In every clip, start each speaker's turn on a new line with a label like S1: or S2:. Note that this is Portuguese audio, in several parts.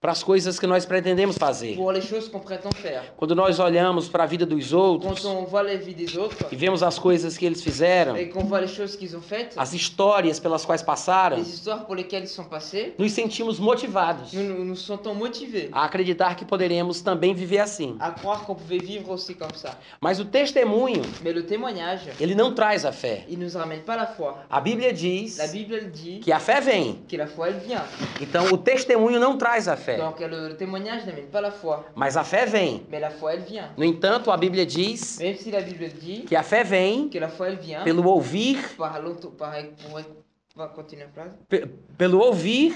S1: para as coisas que nós pretendemos fazer.
S2: pour les choses qu'on prétend faire.
S1: Quando nós olhamos para a vida dos outros
S2: Quand on voit les vies des autres
S1: e vemos as coisas que eles fizeram,
S2: et qu'on voit les choses qu'ils ont faites,
S1: as histórias pelas quais passaram,
S2: les histoires pour lesquelles ils sont passés,
S1: nos sentimos motivados
S2: nous nous, nous sentons motivés
S1: a acreditar que poderemos também viver assim.
S2: à croire qu'on pouvait vivre aussi comme ça.
S1: Mas o testemunho,
S2: Mais le témoignage,
S1: ele não traz a fé.
S2: il nous ramène pas la foi.
S1: A Bíblia diz
S2: La Bible elle dit
S1: que a fé vem.
S2: que la foi elle vient.
S1: Então o testemunho não traz a fé,
S2: Donc le, le témoignage n'amène pas la foi,
S1: mas a fé vem.
S2: mais la foi elle vient.
S1: No entanto, a Bíblia diz
S2: Même si la Bible elle dit
S1: que a fé vem
S2: que la foi elle vient
S1: pelo ouvir,
S2: par l'auto- par pour- on va continuer la phrase.
S1: pe- pelo ouvir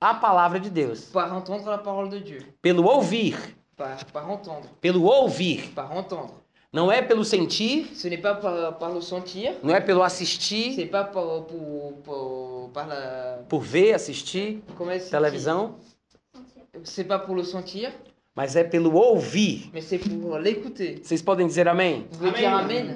S1: a palavra de Deus.
S2: par entendre la parole de Dieu,
S1: Pelo ouvir,
S2: par, par entendre,
S1: pelo ouvir.
S2: par entendre.
S1: Não é pelo sentir,
S2: Ce n'est pas par, par le sentir,
S1: não é pelo
S2: c'est
S1: assistir,
S2: pas par, pour, pour- par la
S1: por ver, assistir
S2: comment elle se dit
S1: televisão,
S2: C'est pas pour le sentir,
S1: mas é pelo ouvir.
S2: mais c'est pour l'écouter.
S1: Vocês podem dizer amém?
S2: Vous voulez dire amen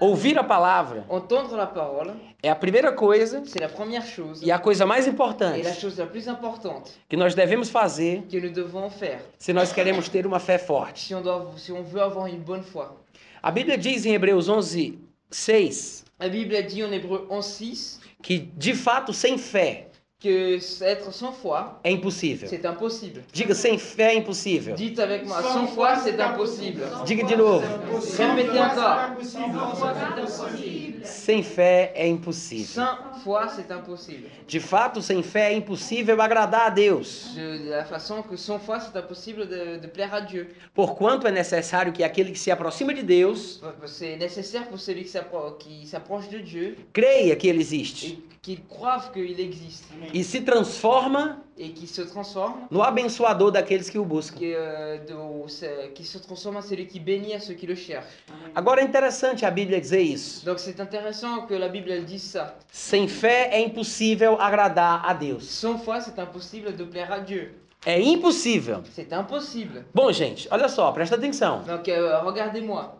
S1: Ouvir a palavra
S2: Entendre la parole,
S1: é a primeira coisa
S2: c'est la première chose
S1: e a coisa mais
S2: et la
S1: importante
S2: chose la plus importante
S1: que nós devemos fazer
S2: que nous devons faire
S1: se nós queremos ter uma fé forte.
S2: si on doit si on veut avoir une bonne foi.
S1: A Bíblia diz em Hebreus 11, 6,
S2: La Bible a dit en hébreu 11:6
S1: que de fato sem fé
S2: que s- être sans foi,
S1: é impossível.
S2: c'est impossible.
S1: Diga sem fé é impossível.
S2: Dites avec moi, sans foi, c'est impossible.
S1: Diga de novo.
S2: Répétez encore.
S1: Sem fé é impossível.
S2: Sans foi, c'est impossible.
S1: De fato, sem fé é impossível agradar a Deus,
S2: De la façon que sans foi, c'est impossible de, de plaire à Dieu.
S1: porquanto é necessário que aquele que se aproxima de Deus
S2: C'est nécessaire pour celui qui s'appro- qui s'approche de Dieu
S1: creia que ele
S2: et
S1: existe
S2: qu'il croive qu'il existe
S1: e se transforma
S2: et qu'il se transforme,
S1: no abençoador daqueles que o buscam.
S2: que, euh, de- au- c'est- qu'il se transforme en celui qui bénit à ceux qui le cherchent.
S1: Agora é interessante a Bíblia dizer isso.
S2: Donc c'est intéressant que la Bible elle dise ça.
S1: Sem fé é impossível agradar a Deus.
S2: Sans foi, c'est impossible de plaire à Dieu.
S1: É impossível.
S2: C'est impossible.
S1: Bom, gente, olha só, presta atenção.
S2: Donc euh, regardez-moi.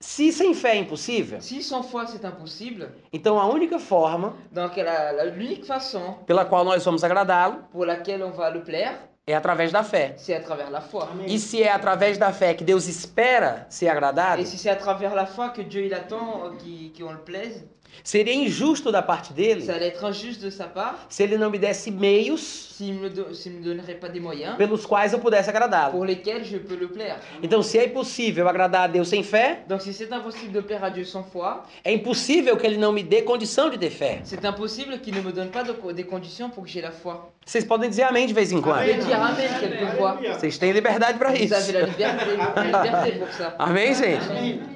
S1: Se sem fé é impossível,
S2: Si sans foi, c'est impossible,
S1: então a única forma
S2: donc la- la- l'unique façon
S1: pela qual nós vamos agradá-lo
S2: pour laquelle on va le plaire,
S1: é através da fé.
S2: c'est à travers la foi.
S1: E se é através da fé que Deus espera ser agradado,
S2: Et si c'est à travers la foi que Dieu il attend euh, qui- qu'on le plaise,
S1: seria injusto da parte dele
S2: ça allait être injuste de sa part
S1: se ele não me desse meios
S2: s'il me, do- s'il me donnerait pas des moyens
S1: pelos quais eu pudesse agradá-lo.
S2: pour lesquels je peux le plaire.
S1: Então, se é impossível agradar a Deus sem fé,
S2: Donc si c'est impossible de plaire à Dieu sans foi,
S1: é impossível que ele não me dê condição de ter fé.
S2: c'est impossible qu'il ne me donne pas de co- des conditions pour que j'ai la foi.
S1: Vocês podem dizer amém de vez em quando.
S2: Je vais dire Amen quelquefois.
S1: Vocês têm liberdade para
S2: Vous
S1: isso.
S2: avez la liberté, la liberté pour ça.
S1: Amém, gente?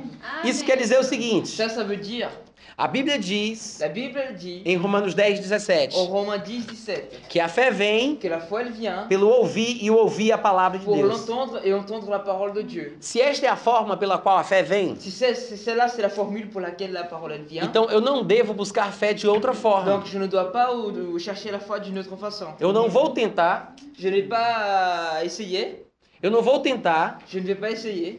S1: Isso quer dizer o seguinte:
S2: Ça, ça veut dire,
S1: a Bíblia diz
S2: la Bible elle dit,
S1: em Romanos 10, 17,
S2: en Romains 10, 17,
S1: que a fé vem
S2: que la foi elle vient
S1: pelo ouvir e o ouvir a palavra de
S2: pour
S1: Deus.
S2: l'entendre et entendre la parole de Dieu.
S1: Se esta é a forma pela qual a fé vem,
S2: Si c'est- c'est- celle-là, c'est la formule pour laquelle la parole elle vient.
S1: então eu não devo buscar fé de outra forma.
S2: Donc je ne dois pas ou- ou chercher la foi d'une autre façon.
S1: Eu não vou tentar,
S2: Je n'ai pas euh, essayé,
S1: eu não vou tentar
S2: je ne vais pas essayer.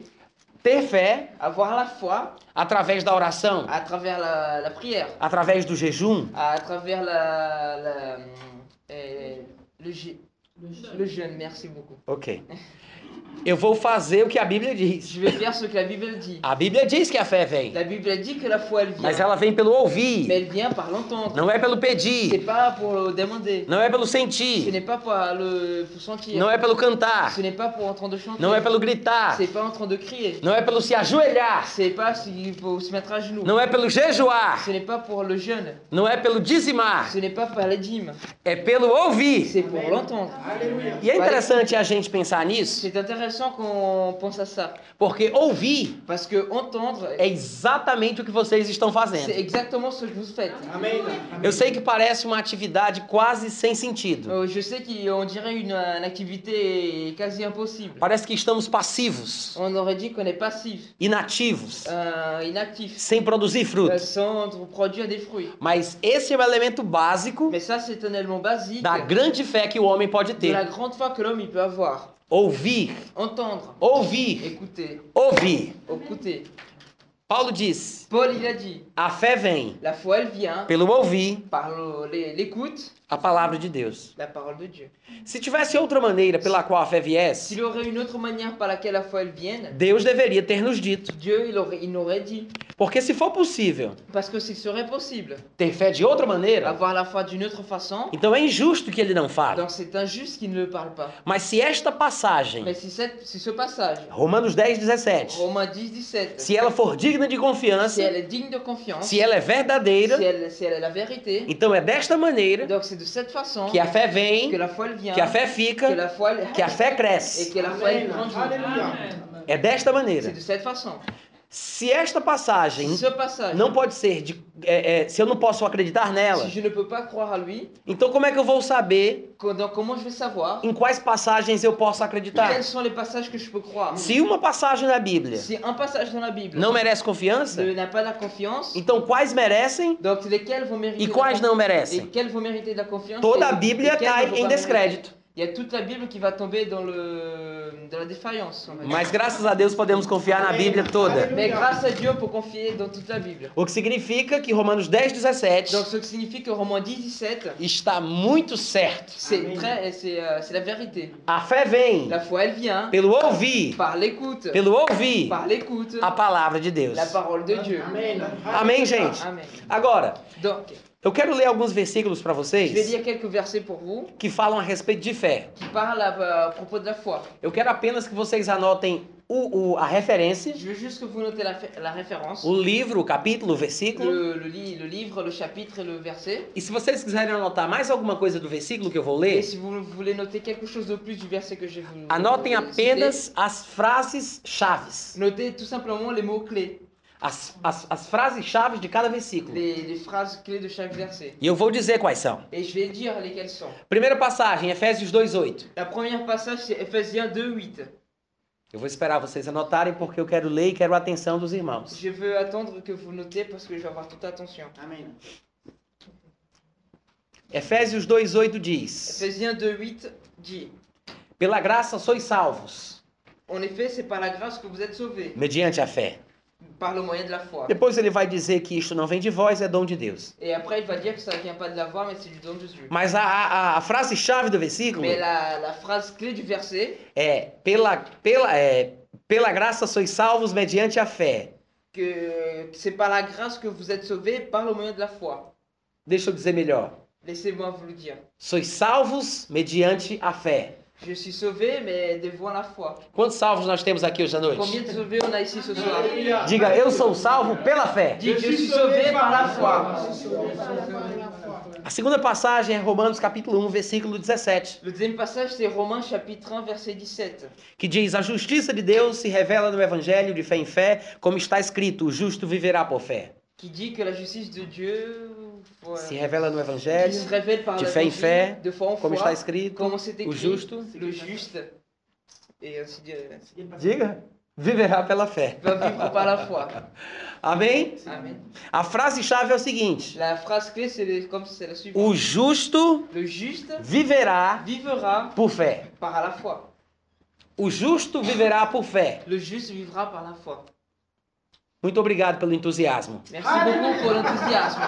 S1: ter fé
S2: Avoir la foi
S1: através da oração,
S2: à travers la, la prière,
S1: através do jejum,
S2: à travers la, la- euh, le, je- le jeûne. Merci beaucoup.
S1: ok. Eu vou fazer o que a Bíblia diz.
S2: Je vais faire ce que la Bible dit.
S1: A Bíblia diz que a fé vem,
S2: La Bible dit que la foi elle
S1: mas
S2: vient,
S1: ela vem pelo
S2: mais
S1: ouvir,
S2: elle vient par l'entendre.
S1: não é pelo
S2: C'est
S1: pedir,
S2: pas pour le demander,
S1: não é pelo
S2: ce
S1: sentir,
S2: n'est pas pour le pour sentir,
S1: não é pelo cantar,
S2: ce n'est pas pour entendre chanter,
S1: não é pelo gritar,
S2: c'est pas en train de crier.
S1: não é pelo se ajoelhar,
S2: C'est pas si- pour se mettre à genoux.
S1: não é pelo jejuar,
S2: Ce n'est pas pour le jeûne.
S1: não é pelo dizimar,
S2: Ce n'est pas pour la dîme.
S1: é pelo ouvir.
S2: C'est pour l'entendre.
S1: E é interessante a gente pensar nisso,
S2: C'est intéressant qu'on pense à ça.
S1: porque ouvir
S2: Parce que entendre,
S1: é exatamente o que vocês estão
S2: c'est
S1: fazendo.
S2: exactement ce que vous faites.
S1: Eu sei que parece uma atividade quase sem sentido.
S2: Euh, Je sais qu'on dirait une, euh, une activité quasi impossible.
S1: Parece que estamos passivos,
S2: On aurait dit qu'on est passif,
S1: inativos,
S2: euh, inactif,
S1: sem produzir
S2: euh,
S1: frutos.
S2: sans produire des fruits.
S1: Mas esse é o elemento básico
S2: Mais ça, c'est un élément basique
S1: da grande fé que o homem pode
S2: de la
S1: ter.
S2: grande foi que l'homme il peut avoir.
S1: Ouvir, Oh.
S2: Entendre,
S1: ouvir,
S2: écouter,
S1: ouvir.
S2: écouter.
S1: Paulo diz:
S2: Paul, il a dit,
S1: a fé vem
S2: la foi, elle vient
S1: pelo ouvir
S2: par le- l'é- l'écoute,
S1: a palavra de Deus.
S2: la parole de Dieu.
S1: Se tivesse outra maneira pela qual a fé viesse,
S2: S'il y aurait une autre manière par laquelle la foi, elle vienne,
S1: Deus deveria ter nos dito.
S2: Dieu, il aurait, il n'aurait dit.
S1: Porque se for possível
S2: Parce que ce serait possible.
S1: ter fé de outra maneira,
S2: Avoir la foi d'une autre façon,
S1: então é injusto que ele não fale.
S2: donc c'est injuste qu'il ne le parle pas.
S1: Mas se esta
S2: Mais
S1: passagem,
S2: si, cette- si ce passage,
S1: Romanos 10, 17,
S2: Romains 10, 17,
S1: se ela for digna de
S2: si
S1: confiança,
S2: elle est digne é de confiance,
S1: se ela é verdadeira,
S2: si elle, si elle est la vérité,
S1: então é desta maneira
S2: donc c'est de cette façon
S1: que a fé
S2: que
S1: vem,
S2: la foi elle vient,
S1: que a fé
S2: que
S1: fica,
S2: la foi elle
S1: que a fé
S2: et
S1: cresce.
S2: que la foi elle grandit.
S3: Aleluia.
S1: É desta maneira.
S2: C'est de cette façon.
S1: Se esta passagem
S2: Si ce passage,
S1: não pode ser de, é, é, se eu não posso acreditar nela,
S2: si je ne peux pas croire à lui,
S1: então como é que eu vou saber
S2: co- donc comment je vais savoir
S1: em quais passagens eu posso acreditar?
S2: quels sont les passages que je peux croire
S1: Se uma passagem na Bíblia
S2: Si un passage dans la Bible
S1: não merece confiança,
S2: ne- n'a pas la confiance,
S1: então quais merecem
S2: donc lesquels vont mériter
S1: e
S2: la
S1: quais
S2: confiance
S1: não
S2: Et
S1: merecem?
S2: quels vont mériter de la confiance
S1: Toda
S2: et-
S1: a Bíblia
S2: et quels ne
S1: cai
S2: vont
S1: em
S2: pas mériter.
S1: descrédito.
S2: Il y a toute la Bible qui va tomber dans, le, dans la défaillance. on va dire.
S1: Mas graças a Deus podemos confiar na Bíblia toda.
S2: Mais grâce à Dieu pour confier dans toute la Bible.
S1: O que significa que Romanos 10, 17
S2: Donc ce que signifie que Romains 10, 17,
S1: está muito certo.
S2: c'est
S3: Amen.
S2: très, c'est euh, c'est la vérité.
S1: A fé vem
S2: La foi, elle vient
S1: pelo ouvir,
S2: par l'écoute,
S1: pelo ouvir
S2: par l'écoute,
S1: a palavra de Deus.
S2: la parole de Dieu.
S3: Amém.
S1: Amém, gente?
S2: Amen.
S1: Agora,
S2: Donc,
S1: Eu quero ler alguns versículos para
S2: je vais
S1: vocês
S2: lire quelques versets pour vous
S1: que falam a respeito de fé.
S2: qui parlent à, à propos de la foi.
S1: Eu quero apenas que vocês anotem o, o- a referência,
S2: Je veux juste que vous notez la, fa- la référence,
S1: o livro, o capítulo, o versículo.
S2: le, le li- le livre, le chapitre et le verset.
S1: E se vocês quiserem anotar mais alguma coisa do versículo que eu vou
S2: Et
S1: ler,
S2: si vous voulez noter quelque chose de plus du verset que je vous
S1: anotem
S2: vous- citer,
S1: apenas as frases chaves.
S2: Notez tout simplement les mots clés,
S1: As, as, as frases chaves de cada versículo.
S2: les, les phrases clés de chaque verset.
S1: E eu vou dizer quais são.
S2: Et je vais dire lesquelles sont.
S1: Primeira passagem, Efésios 2:8.
S2: La première passage, c'est Ephésiens 2, 8.
S1: Eu vou esperar vocês anotarem porque eu quero ler e quero a atenção dos irmãos.
S2: Je veux attendre que vous notez parce que je vais avoir toute attention.
S3: Amém.
S1: Efésios 2:8 diz:
S2: Ephésiens 2, 8 dit
S1: Pela graça sois salvos,
S2: En effet, c'est par la grâce que vous êtes sauvés,
S1: mediante a fé.
S2: par le moyen de la foi.
S1: Depois ele vai dizer que isto não vem de vós, é dom de Deus.
S2: Et après, il va dire que ça ne vient pas de la voix, mais c'est du don de Dieu.
S1: Mas a, a- a frase-chave do versículo
S2: Mais la, la phrase clé du verset,
S1: é pela, pela, é pela graça sois salvos mediante a fé.
S2: que c'est par la grâce que vous êtes sauvés, par le moyen de la foi.
S1: Deixa eu dizer melhor.
S2: Laissez-moi vous le dire.
S1: Sois salvos mediante a fé.
S2: Je suis sauvé, mais devant la foi.
S1: Quantos salvos nós temos aqui hoje à
S2: Combien
S1: noite?
S2: de sauvés on a ici ce soir
S1: Diga, eu sou salvo pela fé.
S2: Dis, je suis sauvé par la foi.
S1: A segunda passagem é Romanos capítulo 1, versículo 17,
S2: Le deuxième passage, c'est Romains chapitre 1, verset 17,
S1: que diz: A justiça de Deus se revela no evangelho de fé em fé, como está escrito: o justo viverá por fé.
S2: qui dit que la justice de Dieu ouais,
S1: Se revela no
S2: qui se
S1: evangelho
S2: révèle par
S1: de
S2: la
S1: fé en
S2: Bible,
S1: fé,
S2: de foi en foi,
S1: Como está escrito,
S2: comme c'est écrit,
S1: o justo,
S2: le juste, et ainsi de
S1: diga, viverá pela fé.
S2: va vivre par la foi.
S1: Amém?
S2: Amen.
S1: A frase-chave é o seguinte:
S2: La phrase clé, c'est le- comme c'est la suivante.
S1: O justo
S2: Le juste
S1: viverá
S2: vivra
S1: por fé.
S2: par la foi.
S1: O justo viverá por fé.
S2: Le juste vivra par la foi.
S1: Muito obrigado pelo entusiasmo.
S2: Merci beaucoup pour l'enthousiasme.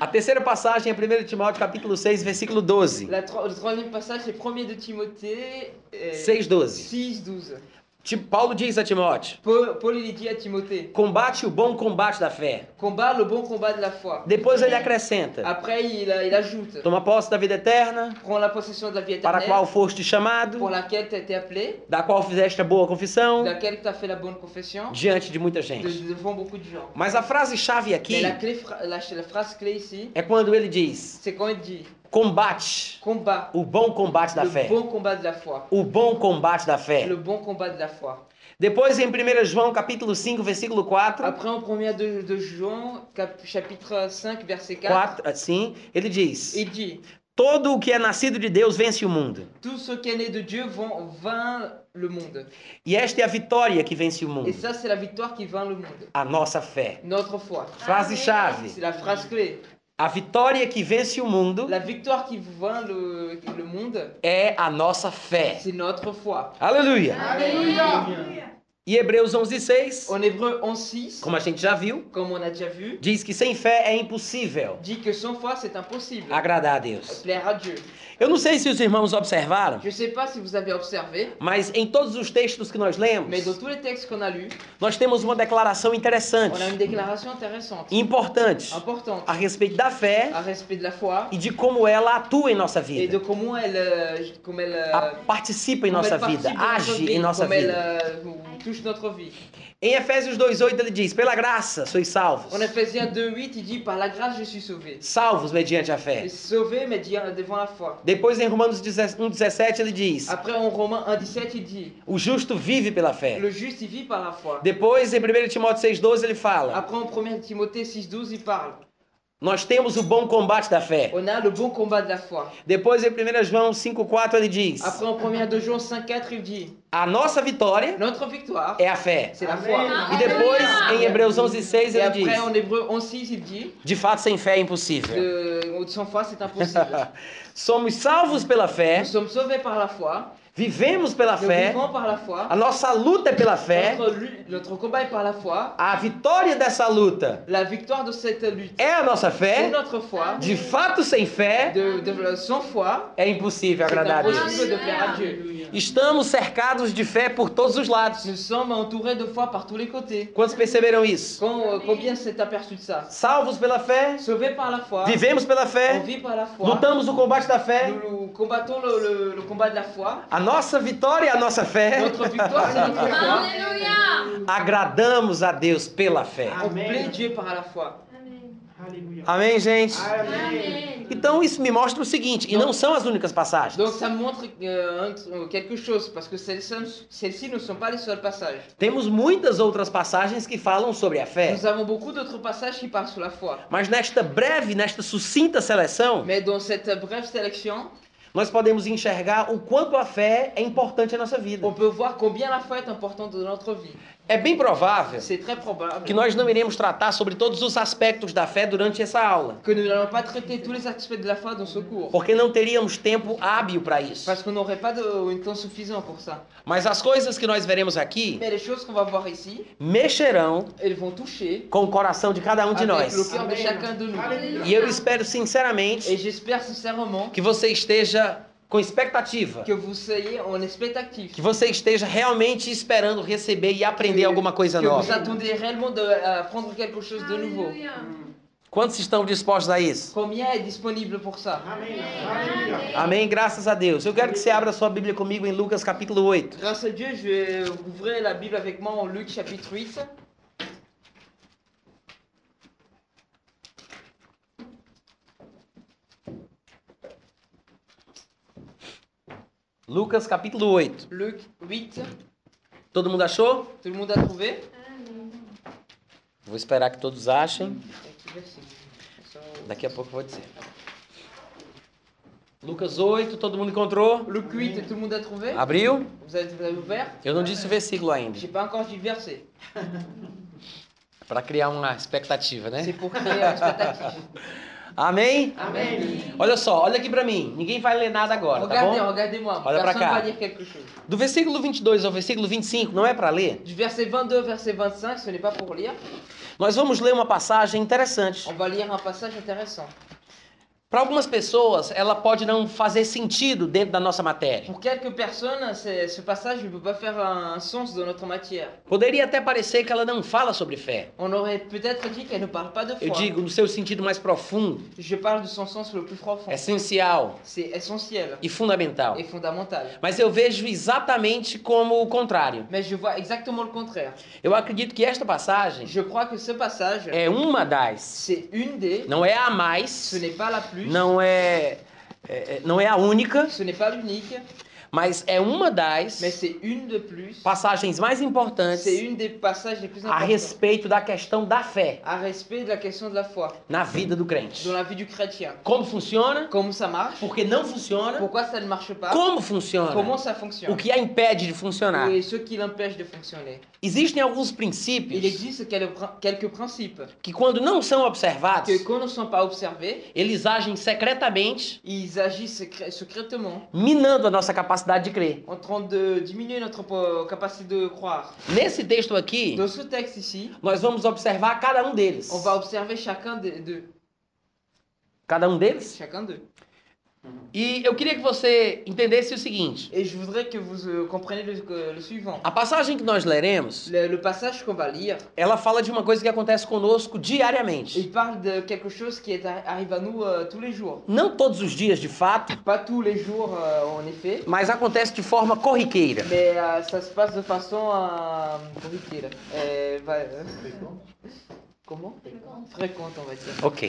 S1: A terceira passagem é 1 Timóteo capítulo 6, versículo 12.
S2: La tro- le troisième passage, c'est 1 de Timothée euh,
S1: 6, 12.
S2: 6, 12.
S1: Ti- Paulo diz a Timóteo:
S2: Paul, Paul, il dit à Timothée,
S1: Combate o bom combate da fé.
S2: combat le bon combat de la foi.
S1: Depois ele acrescenta:
S2: Après, il, il ajoute,
S1: Toma posse da vida eterna,
S2: prends la possession de la vie
S1: para a qual
S2: éternelle
S1: foste chamado,
S2: pour laquelle tu as été appelé,
S1: da qual fizeste a boa confissão,
S2: de laquelle tu as fait la bonne confession,
S1: diante de muita
S2: de-
S1: gente.
S2: de- devant beaucoup de gens.
S1: Mas a frase-chave aqui
S2: Mais la, clé fra- la ch- la phrase clé ici,
S1: é quando ele diz:
S2: c'est quand il dit,
S1: combate
S2: combat
S1: o bom combate da
S2: le
S1: fé.
S2: bon combat de la foi.
S1: O bom combate da fé.
S2: Le bon combat de la foi.
S1: Depois em 1 João capítulo 5, versículo 4,
S2: Après, en première de, de Jean, cap- chapitre 5, verset 4,
S1: 4 assim, ele diz:
S2: il dit,
S1: Todo o que é nascido de Deus vence o mundo.
S2: Tout ce qui est né de Dieu vont- vainc le monde.
S1: E esta é a vitória que vence o mundo,
S2: Et ça, c'est la victoire qui vainc le monde.
S1: a nossa fé.
S2: Notre foi.
S1: Ah,
S2: C'est
S1: Frase-chave:
S2: la phrase clé.
S1: A vitória que vence o mundo
S2: La victoire qui vainc le, le monde,
S1: é a nossa fé.
S2: c'est notre foi.
S1: Aleluia!
S3: Aleluia.
S1: E Hebreus 11,6,
S2: En hébreu 11.6,
S1: como a gente já viu,
S2: comme on a déjà vu,
S1: diz que sem fé é impossível
S2: dit que sans foi c'est impossible
S1: agradar a
S2: de
S1: Deus.
S2: plaire à Dieu.
S1: Eu não sei se os irmãos observaram,
S2: Je ne sais pas si vous avez observé,
S1: mas em todos os textos que nós lemos,
S2: mais dans tous les textes qu'on a lus,
S1: nós temos uma declaração interessante,
S2: on a une déclaration intéressante,
S1: importante,
S2: importante,
S1: a respeito da fé
S2: à respect de la foi
S1: e de como ela atua em nossa
S2: et de
S1: vida.
S2: comment elle, euh, comme elle, euh,
S1: A- participa em
S2: comme elle
S1: nossa vida,
S2: participe de notre
S1: age
S2: vie, ah,
S1: em nossa
S2: comme elle
S1: vida.
S2: euh, nous touche notre vie.
S1: Em Efésios 2,8 ele diz: Pela graça sois salvos.
S2: En Ephésiens 2.8, il dit par la grâce je suis sauvé.
S1: Salvos mediante a fé.
S2: Et sauvé, mais dit euh, devant la foi.
S1: Depois em Romanos 1,17 ele diz:
S2: Après en Romains 1.17, il dit
S1: O justo vive pela fé.
S2: le juste il vit par la foi.
S1: Depois em 1 Timóteo 6,12 ele fala:
S2: Après en 1 Timothée 6.12, il parle
S1: Nós temos o bom combate da fé.
S2: on a le bon combat de la foi.
S1: Depois em 1 João 5,4 ele diz:
S2: Après en 1 de Jean 5.4, il dit
S1: A nossa vitória
S2: notre victoire,
S1: é a fé.
S2: c'est la
S3: Amen.
S2: foi.
S1: E depois em Hebreus 11,6
S2: Et
S1: ele
S2: après
S1: diz:
S2: en hébreu 11.6, il dit
S1: De fato, sem fé é impossível.
S2: de, sans foi c'est impossible.
S1: Somos salvos pela fé,
S2: Nous sommes sauvés par la foi,
S1: vivemos pela
S2: nous
S1: fé,
S2: vivons par la foi,
S1: a nossa luta é pela fé,
S2: notre, lu- notre combat est par la foi,
S1: a vitória dessa luta
S2: la victoire de cette lutte
S1: é a nossa
S2: c'est
S1: fé.
S2: notre foi.
S1: De fato, sem fé,
S2: de, de sans foi,
S1: é impossível
S2: c'est
S1: agradar a Deus.
S2: impossible de plaire à Dieu.
S1: Estamos cercados de fé por todos os lados.
S2: Nous sommes entourés de foi par tous les côtés.
S1: Quantos perceberam isso?
S2: Quand, euh, combien s'est aperçu de ça
S1: Salvos pela fé,
S2: Sauvés par la foi,
S1: vivemos pela
S2: on
S1: fé,
S2: vit par la foi,
S1: lutamos o combate da
S2: nous,
S1: fé.
S2: nous combattons le, le- le combat de la foi,
S1: A nossa vitória é a nossa fé.
S2: notre victoire c'est notre foi,
S3: Alléluia.
S1: Agradamos a Deus pela fé.
S2: on plaît Dieu par la foi.
S3: Amen.
S1: Amém, gente?
S3: Amen.
S1: Então isso me mostra o seguinte, e não são as únicas passagens.
S2: Donc ça montre euh, un tr- euh, quelque chose, parce que celles-ci celles-ci ne sont pas les seuls passages.
S1: Temos muitas outras passagens que falam sobre a fé.
S2: Nous avons beaucoup d'autres passages qui parlent sur la foi.
S1: Mas nesta breve, nesta sucinta seleção,
S2: Mais dans cette brève sélection,
S1: nós podemos enxergar o quanto a fé é importante na nossa vida.
S2: on peut voir combien la foi est importante dans notre vie.
S1: É bem provável
S2: C'est très probable
S1: que nós não iremos tratar sobre todos os aspectos da fé durante essa aula,
S2: que nous n'allons pas traiter tous les aspects de la foi dans ce cours.
S1: porque não teríamos tempo hábil para isso.
S2: Parce qu'on n'aurait pas de, un temps suffisant pour ça.
S1: Mas as coisas que nós veremos aqui
S2: Mais les choses qu'on va voir ici,
S1: mexerão
S2: elles vont toucher
S1: com o coração de cada um de nós.
S2: avec le cœur de
S3: Amen.
S2: chacun de nous.
S3: Alléluia.
S1: E eu espero
S2: Et
S1: sinceramente
S2: j'espère sincèrement
S1: que você esteja com expectativa,
S2: que vous soyez en aspect actif.
S1: que você esteja realmente esperando receber e aprender alguma coisa
S2: Que vous
S1: nova.
S2: attendez réellement de, à apprendre quelque chose de nouveau.
S1: Quantos estão dispostos a isso?
S2: Combien est disponible pour ça
S1: Amém? Graças a Deus. Eu quero que você abra sua Bíblia comigo em Lucas capítulo 8.
S2: Grâce à Dieu, je vais ouvrir la Bible avec moi en Luc chapitre 8.
S1: Lucas capítulo 8.
S2: Luc 8,
S1: Todo mundo achou?
S2: tout le monde a trouvé
S1: Vou esperar que todos achem.
S2: Merci.
S1: Daqui a pouco eu vou dizer. Lucas 8, todo mundo encontrou?
S2: Luc 8, tout le monde a trouvé
S1: Abriu?
S2: Vous avez, vous avez ouvert
S1: Eu não disse o versículo ainda.
S2: J'ai pas encore dit le verset.
S1: Para criar uma expectativa,
S2: C'est
S1: né?
S2: pour créer un spectacle.
S1: Amém?
S3: Amen.
S1: Olha só, olha aqui pra mim. Ninguém vai ler nada agora, tá
S2: Regardez,
S1: bom?
S2: regardez-moi.
S1: Olha pra
S2: Personne
S1: cá.
S2: va dire quelque chose.
S1: Do versículo 22 ao versículo 25, não é pra ler.
S2: Du verset 22 au verset 25, ce n'est pas pour lire.
S1: Nós vamos ler uma passagem interessante.
S2: On va lire un passage intéressant.
S1: Para algumas pessoas, ela pode não fazer sentido dentro da nossa matéria.
S2: Pour quelques personnes, c'est- ce passage ne peut pas faire un sens dans notre matière.
S1: Poderia até parecer que ela não fala sobre fé.
S2: On aurait peut-être dit qu'elle ne parle pas de foi.
S1: Eu digo no seu sentido mais profundo,
S2: Je parle de son sens le plus profond.
S1: essencial
S2: C'est essentiel
S1: e fundamental.
S2: et fondamental.
S1: Mas eu vejo exatamente como o contrário.
S2: Mais je vois exactement le contraire.
S1: Eu acredito que esta passagem
S2: Je crois que ce passage,
S1: é uma das,
S2: c'est une des,
S1: não é a
S2: ce
S1: mais,
S2: n'est pas la plus,
S1: não é, é- é- não é a única,
S2: ce n'est pas l'unique,
S1: mas é uma das
S2: mais c'est une de plus.
S1: passagens mais
S2: C'est
S1: importantes
S2: une des passages les plus
S1: a
S2: importants
S1: respeito da questão da fé
S2: à respect de la question de la foi
S1: na vida do crente.
S2: dans la vie du chrétien.
S1: Como funciona?
S2: Comment ça marche
S1: Por que não funciona?
S2: Pourquoi ça ne marche pas
S1: Como funciona?
S2: Comment ça
S1: O
S2: fonctionne
S1: que a impede de funcionar?
S2: Et ce qui l'empêche de fonctionner.
S1: Existem alguns
S2: Il
S1: princípios
S2: existe quel- quelques principes
S1: que, quando não são observados,
S2: que, quand ne sont pas observés,
S1: eles agem secretamente,
S2: ils agissent secré- secrètement,
S1: minando a nossa capacidade de crer.
S2: en train de diminuer notre po- capacité de croire.
S1: Nesse texto aqui,
S2: Dans ce texte ici,
S1: nós vamos observar cada um deles.
S2: on va observer chacun des deux.
S1: Cada um deles.
S2: Chacun d'eux.
S1: E eu queria que você entendesse o seguinte:
S2: Et je voudrais que vous euh, compreniez le, que- le suivant.
S1: a passagem que nós leremos,
S2: Le, le passage qu'on va lire,
S1: ela fala de uma coisa que acontece conosco diariamente.
S2: il parle de quelque chose qui est arri- arrive à nous euh, tous les jours.
S1: Não todos os dias, de fato,
S2: Pas tous les jours, euh, en effet,
S1: mas acontece de forma corriqueira.
S2: mais euh, ça se passe de façon euh, compliquée, là. Euh, va- euh, comment Fréquente, on va dire.
S1: Ok.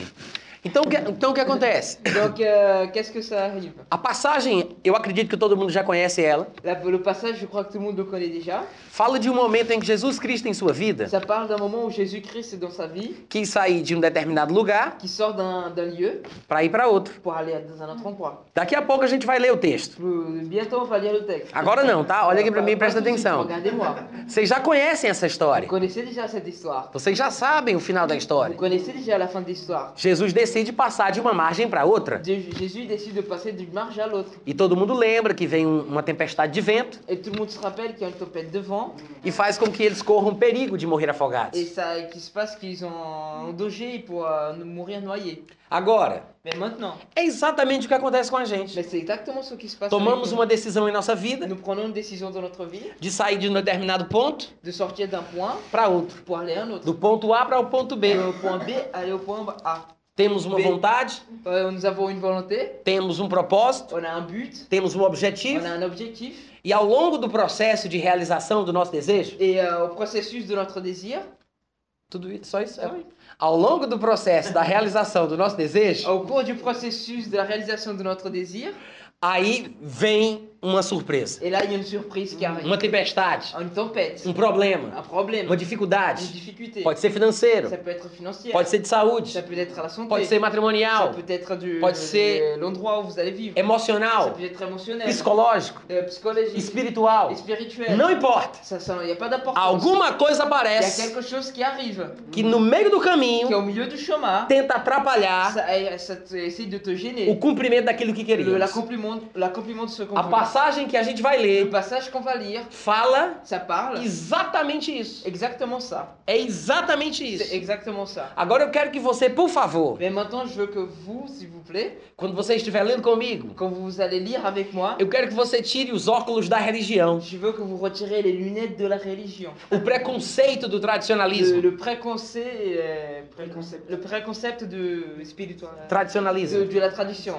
S1: Então, o que- então o que acontece?
S2: Donc, euh, qu'est-ce que ça arrive
S1: A passagem, eu acredito que todo mundo já conhece ela,
S2: La- Le passage, je crois que tout le monde le connaît déjà.
S1: fala de um momento em que Jesus Cristo, em sua vida,
S2: Ça parle d'un moment où Jésus-Christ est dans sa vie,
S1: quis sair de um determinado lugar
S2: qui sort d'un d'un lieu
S1: para ir para outro.
S2: pour aller dans un autre endroit.
S1: Daqui a pouco a gente vai ler o texto.
S2: Plus- Bientôt, on va lire le texte.
S1: Agora não, tá? Olha aqui pra mim e presta atenção.
S2: Regardez-moi.
S1: Vocês já conhecem essa
S2: Vous
S1: história.
S2: connaissez déjà cette histoire.
S1: Vocês já sabem o final da
S2: Vous
S1: história.
S2: connaissez déjà la fin de l'histoire.
S1: Jesus decide passar de uma margem para outra.
S2: Dieu- Jésus décide de passer d'une marge à l'autre.
S1: E todo mundo lembra que vem um- uma tempestade de vento
S2: Et tout le monde se rappelle qu'il y a une tempête de vent
S1: e faz com que eles corram perigo de morrer afogados.
S2: et ça et qu'il se passe qu'ils ont endogé pour euh, nous mourir noyés.
S1: Agora,
S2: Mais maintenant,
S1: é exatamente o que acontece com a gente.
S2: mais c'est exactement ce qui se passe.
S1: Tomamos
S2: avec
S1: uma decisão em nossa vida
S2: nous. nous prenons une décision dans notre vie
S1: de sair de um determinado ponto
S2: de sortir d'un point
S1: para outro.
S2: pour aller à un autre.
S1: Do ponto A para o ponto B.
S2: Et au point B, aller au point A.
S1: Temos uma
S2: B.
S1: vontade,
S2: Euh, nous avons une volonté,
S1: temos um propósito,
S2: on a un but,
S1: temos um
S2: on
S1: objetivo
S2: a un objectif.
S1: e ao longo do processo de realização do nosso desejo,
S2: Et euh, au processus de notre désir,
S1: tudo isso, só isso. é. Ao longo do processo da realização do nosso desejo,
S2: au cours du processus de la réalisation de notre désir,
S1: aí vem uma surpresa,
S2: et là il y a une surprise qui arrive.
S1: uma tempestade,
S2: Une tempête,
S1: um problema,
S2: un problème,
S1: uma
S2: une
S1: dificuldade.
S2: difficulté.
S1: Pode ser financeiro,
S2: Ça peut être financier,
S1: pode ser de
S2: ça
S1: saúde,
S2: peut être à la santé,
S1: pode ser
S2: ça
S1: matrimonial,
S2: peut être du
S1: Pode ser-
S2: de l'endroit où vous allez vivre, ça
S1: emocional,
S2: peut être émotionnel,
S1: psicológico,
S2: euh, psychologique,
S1: espiritual.
S2: et spirituel.
S1: Não importa.
S2: Ça, ça, il n'y a pas d'importance.
S1: Alguma coisa
S2: Il y a
S1: aparece
S2: quelque chose qui arrive,
S1: que no meio do
S2: qui est
S1: caminho
S2: au milieu du chemin,
S1: tenta atrapalhar
S2: ça, eh, ça te- essaye de te
S1: o
S2: gêner.
S1: cumprimento daquilo que
S2: Le-
S1: queríamos.
S2: L'accompliment l'accompliment de ce qu'on
S1: A passagem que a gente vai
S2: Le
S1: ler
S2: passage qu'on va lire,
S1: fala
S2: ça parle
S1: exatamente isso.
S2: exactement ça.
S1: É exatamente
S2: C'est
S1: isso.
S2: exactement ça.
S1: Agora eu quero que você, por favor,
S2: Mais maintenant, je veux que vous, s'il vous plaît,
S1: quando você estiver lendo comigo,
S2: quand vous allez lire avec moi,
S1: eu quero que você tire os óculos da religião,
S2: Je veux que vous retiriez les lunettes de la religion.
S1: o preconceito do
S2: Le,
S1: tradicionalismo.
S2: le préconcept, euh, le préconcept de spiritual, de,
S1: Tradicionalismo.
S2: de la tradition.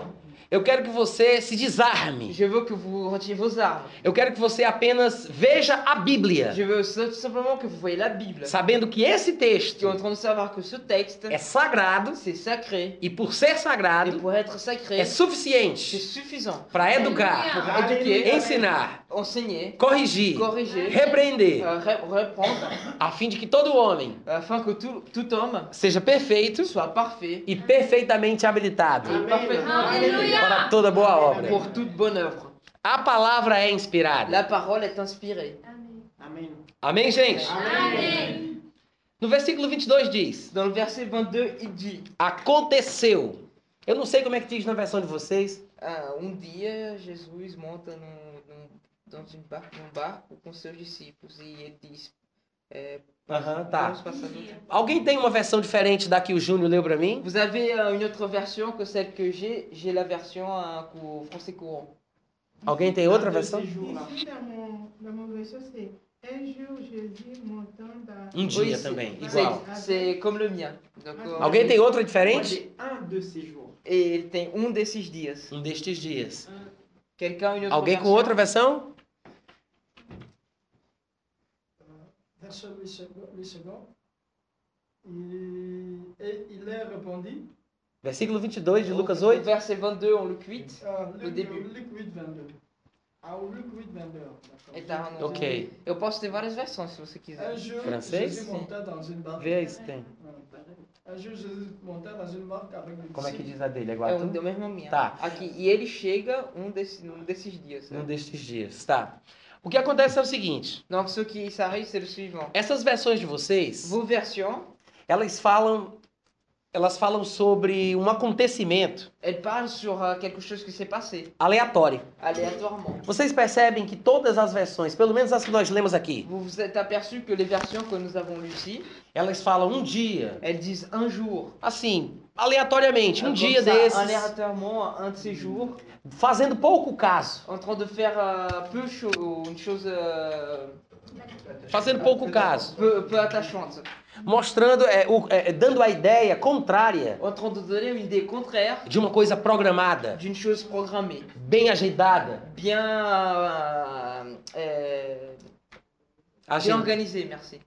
S1: Eu quero que você se desarme.
S2: Je veux que vous retiriez vos armes.
S1: Eu quero que você apenas veja a Bíblia,
S2: Je veux so- simplement que vous voyez la Bible.
S1: sabendo que esse
S2: Qui est en
S1: texto
S2: train de savoir que ce texte,
S1: é sagrado
S2: c'est sacré.
S1: e por ser
S2: Et
S1: sagrado
S2: pour être
S1: é
S2: sacré, c'est
S1: suficiente
S2: suffisant.
S1: para educar,
S2: Pour éduquer,
S1: ensinar,
S2: enseigner,
S1: corrigir,
S2: corriger,
S1: repreender,
S2: euh, re- reprendre,
S1: a fim de que todo homem
S2: afin que tout, tout homme
S1: seja perfeito
S2: soit parfait
S1: e perfeitamente habilitado
S2: et parfaitement
S3: Alléluia.
S2: habilité
S1: para toda boa obra.
S2: pour toute bonne œuvre.
S1: A palavra é inspirada.
S2: La parole est inspirée.
S1: Amém, gente?
S3: Amém.
S1: No versículo 22 diz:
S2: Dans le verset 22, il dit
S1: Aconteceu. Eu não sei como é que diz na versão de vocês.
S2: Ah, Um dia, Jesus monta num, num, dans une bar- num barco com seus discípulos e ele diz: é,
S1: Aham, tá.
S2: vamos passar do tempo.
S1: Alguém tem uma versão diferente da que o Júnior leu pra mim?
S2: Vous avez euh, une autre version que celle que j'ai J'ai la version euh, cou- français courant.
S1: Alguém tem outra versão?
S3: Ici, dans mon, dans mon verset, c'est un jour Jésus montant dans.
S1: Um dia também,
S2: c'est-
S1: igual.
S2: c'est- C'est comme le mien. Donc, euh,
S1: Alguém tem outra diferente?
S4: um de séjours.
S2: Et il tem um desses dias.
S1: Um destes dias.
S2: Quelqu'un a une autre
S1: Alguém com
S2: version
S1: outra versão?
S4: Verset 8 secondes. huit secondes. Et, et il leur répondit.
S1: Versículo 22 de
S2: Au-
S1: Lucas
S2: au
S1: 8.
S2: Verset 22 en Luc 8.
S4: Ah,
S2: Au début.
S4: Luc 8, 22. Ah, au Luc 8, 22. d'accord.
S2: Et
S1: tá
S2: t'as un autre.
S1: Ok.
S2: Eu posso ter várias versões se você quiser.
S4: Un jour,
S1: Français,
S4: Jésus
S2: c'est-
S4: monta dans une barque. É
S1: Vê aí se tem.
S4: Un jour, Jésus monta dans une barque avec les
S1: Como é que
S4: disciples.
S1: diz a dele
S2: É
S1: agora?
S2: um, é o mesmo minha.
S1: Tá.
S2: Aqui, e ele chega um, desse, um desses dias.
S1: Um
S2: Né?
S1: destes dias, tá. O que acontece é o seguinte.
S2: Donc, ce qui s'arrive, c'est le suivant.
S1: Essas versões de vocês,
S2: Vos versions,
S1: elas falam elas falam sobre um acontecimento
S2: Elle parle sur euh, quelque chose qui s'est passé
S1: aleatório.
S2: aléatoirement.
S1: Vocês percebem que todas as versões, pelo menos as que nós lemos aqui,
S2: Vous vous êtes aperçu que les versions que nous avons lues ici,
S1: elas falam um dia,
S2: elles disent un jour.
S1: assim, aleatoriamente, um
S2: Comme
S1: dia
S2: ça,
S1: desses,
S2: Aléatoirement, un de ces jours,
S1: fazendo pouco caso,
S2: en train de faire euh, peu cho- une chose euh,
S1: fazendo pouco caso,
S2: peu, peu attachante.
S1: mostrando, é, o- é, dando a ideia contrária
S2: En train de donner une idée contraire
S1: de uma coisa programada,
S2: d'une chose programmée.
S1: bem agitada,
S2: Bien, euh, euh, bien
S1: agen-
S2: organisée, merci.
S1: assim,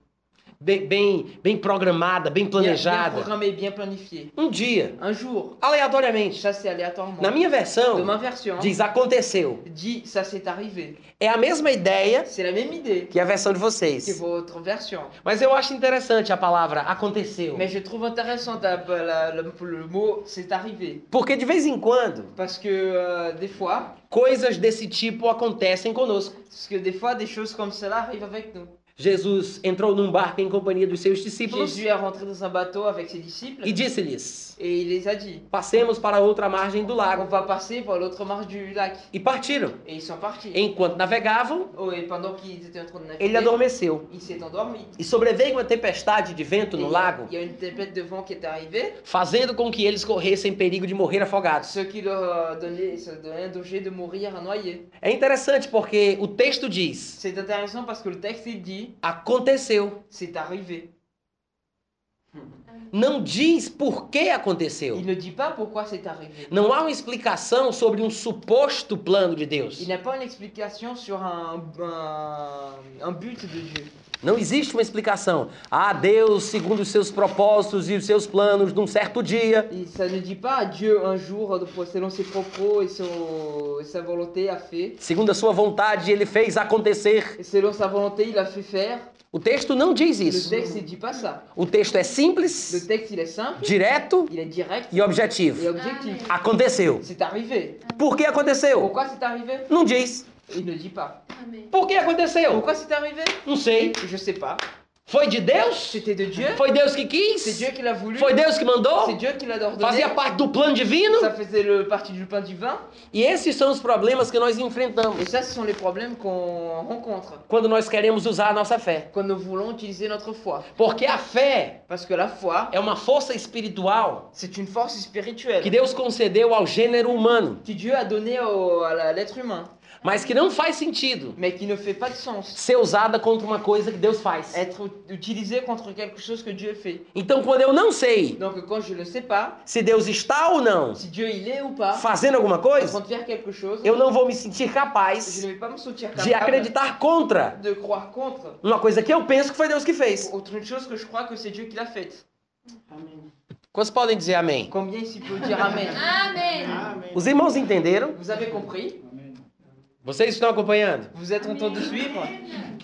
S1: bem, bem, bem programada, bem
S2: Bien, bien
S1: planejada.
S2: programmée, bien planifiée.
S1: Um dia,
S2: Un jour,
S1: aleatoriamente.
S2: ça c'est aléatoirement.
S1: Na minha
S2: De ma
S1: versão,
S2: version,
S1: diz aconteceu.
S2: dit ça s'est arrivé.
S1: É a mesma ideia
S2: C'est la même idée
S1: que a versão de
S2: que
S1: vocês.
S2: votre version.
S1: Mas eu acho interessante a palavra aconteceu.
S2: Mais je trouve intéressant ta- la- la- le mot c'est arrivé.
S1: Porque de vez em quando,
S2: Parce que euh, des fois,
S1: coisas desse tipo acontecem conosco.
S2: parce que des fois des choses comme cela arrivent avec nous.
S1: Jesus entrou num barco em companhia dos seus discípulos
S2: Jésus est rentré dans un bateau avec ses disciples
S1: e disse-lhes:
S2: et il les a dit
S1: Passemos para outra margem do
S2: on
S1: lago.
S2: va passer par l'autre marge du lac.
S1: E partiram.
S2: Et ils sont partis.
S1: Enquanto navegavam,
S2: Oh, et pendant qu'ils étaient en train de naviguer,
S1: ele adormeceu.
S2: il s'est endormi.
S1: E sobreveio uma tempestade de vento
S2: Et
S1: no
S2: il y a-
S1: lago,
S2: Il y a une tempête de vent qui est arrivée,
S1: fazendo com que eles corressem perigo de morrer afogados.
S2: ce qui leur a donné, ça donnait un danger de mourir noyé.
S1: É interessante porque o texto diz:
S2: C'est intéressant parce que le texte il dit
S1: aconteceu.
S2: c'est arrivé.
S1: Não diz por que aconteceu.
S2: Il ne dit pas pourquoi c'est arrivé.
S1: Não há uma explicação sobre um suposto plano de Deus.
S2: Il n'a pas une explication sur un, un, un but de Dieu.
S1: Não existe uma explicação. Ah, Deus, segundo os seus propósitos e os seus planos, num certo dia,
S2: Il- ça ne dit pas à Dieu un jour, euh, selon ses propos et, son- et sa volonté, a fait.
S1: segundo a sua vontade, ele fez acontecer.
S2: Et selon sa volonté, il a fait faire.
S1: O texto não diz
S2: Le
S1: isso.
S2: texte ne dit pas ça.
S1: O texto é
S2: Le
S1: simples,
S2: texte, il est simple,
S1: direto
S2: il est direct
S1: e objetivo.
S2: et objectif.
S1: Ah, Aconteceu.
S2: C'est arrivé.
S1: Por que aconteceu?
S2: Pourquoi c'est arrivé
S1: Não diz.
S2: Il ne dit pas.
S5: Amém.
S1: Por que aconteceu?
S2: Pourquoi c'est arrivé
S1: Não sei.
S2: Je sais pas.
S1: Foi de Deus?
S2: C'était de Dieu
S1: Foi Deus que
S2: C'est
S1: quis?
S2: Dieu qui l'a voulu
S1: Foi Deus que mandou?
S2: C'est Dieu qui l'a ordonné
S1: fazia parte do plano divino.
S2: Ça faisait le parti du pain du vin.
S1: E esses são os problemas que nós enfrentamos
S2: Et ça, ce sont les problèmes qu'on rencontre
S1: quando nós queremos usar a nossa fé.
S2: quand nous voulons utiliser notre foi.
S1: Porque a fé
S2: Parce que la foi,
S1: é uma força espiritual
S2: c'est une force
S1: que
S2: spirituelle
S1: Deus concedeu ao gênero humano,
S2: que Dieu a donnée au- à la- à l'être humain,
S1: mas que não faz sentido
S2: mais qui ne fait pas de sens.
S1: ser usada contra uma coisa que Deus faz.
S2: Être ut- utilisée contre quelque chose que Dieu fait.
S1: Então, quando eu não sei
S2: Donc quand je ne sais pas
S1: se Deus está ou não
S2: si Dieu il est ou pas,
S1: fazendo alguma
S2: en train
S1: coisa,
S2: de faire quelque chose,
S1: eu não vou me sentir
S2: je
S1: capaz
S2: ne vais pas me sentir
S1: de
S2: capable
S1: acreditar contra
S2: de croire contre
S1: uma coisa que eu penso que foi Deus que fez.
S2: autre une chose que je crois que c'est Dieu qui l'a faite.
S1: Quantos podem dizer amém?
S2: Combien ici peut dire Amen
S5: Amém.
S3: Amém.
S1: Os irmãos entenderam?
S2: Vous avez compris
S1: Vocês estão acompanhando?
S2: Vous êtes en train de suivre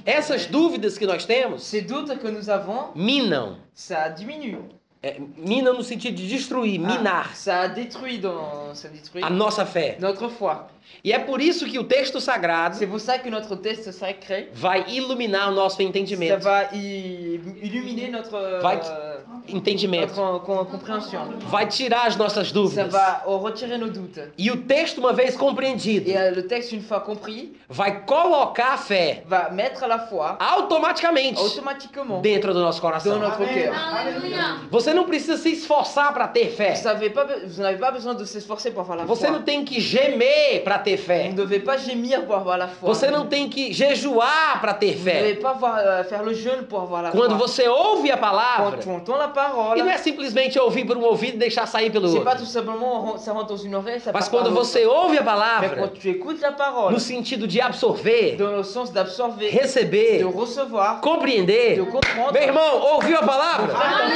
S1: Essas dúvidas que nós temos
S2: Ces doutes que nous avons,
S1: minam.
S2: ça diminue.
S1: É, minam no sentido de destruir,
S2: Ah,
S1: minar
S2: Ça détruit dans... Ça détruit
S1: a nossa fé.
S2: notre foi.
S1: E é por isso que o texto sagrado
S2: C'est pour ça que notre test sacré,
S1: vai iluminar o nosso
S2: ça
S1: entendimento.
S2: va i- illuminer notre, euh,
S1: Va- Entendimento.
S2: notre com- compréhension.
S1: Vai tirar as nossas
S2: Ça
S1: dúvidas.
S2: va euh, retirer nos doutes.
S1: E o texto, uma vez compreendido,
S2: Et euh, le texte, une fois compris,
S1: vai colocar a fé
S2: va mettre la foi
S1: automaticamente
S2: automatiquement.
S1: dentro do nosso
S2: Dans
S1: coração.
S2: notre cœur.
S5: Aleluia.
S1: Você não precisa se esforçar para ter
S2: Vous
S1: fé.
S2: savez pas, be- vous n'avez pas besoin de s'efforcer pour avoir la
S1: Você
S2: foi.
S1: não tem que gemer para ter
S2: Vous
S1: fé.
S2: ne devez pas gémir pour avoir la foi.
S1: Você não tem que jejuar para ter
S2: Vous ne devez
S1: fé.
S2: pas voir, euh, faire le jeûne pour avoir la
S1: Quando
S2: foi.
S1: você ouve a
S2: Quand
S1: palavra,
S2: tu entends la parole,
S1: E não é simplesmente ouvir por um ouvido e deixar sair pelo
S2: c'est pas
S1: outro.
S2: tout simplement on ren- ça rentre dans une oreille, ça
S1: Mas
S2: part par
S1: quando
S2: l'autre.
S1: você ouve a
S2: Mais quand
S1: palavra,
S2: tu écoutes la parole,
S1: no sentido de absorver,
S2: dans le sens d'absorber, de
S1: receber,
S2: recevoir,
S1: compreender,
S2: de comprendre,
S1: meu irmão, ouviu a palavra?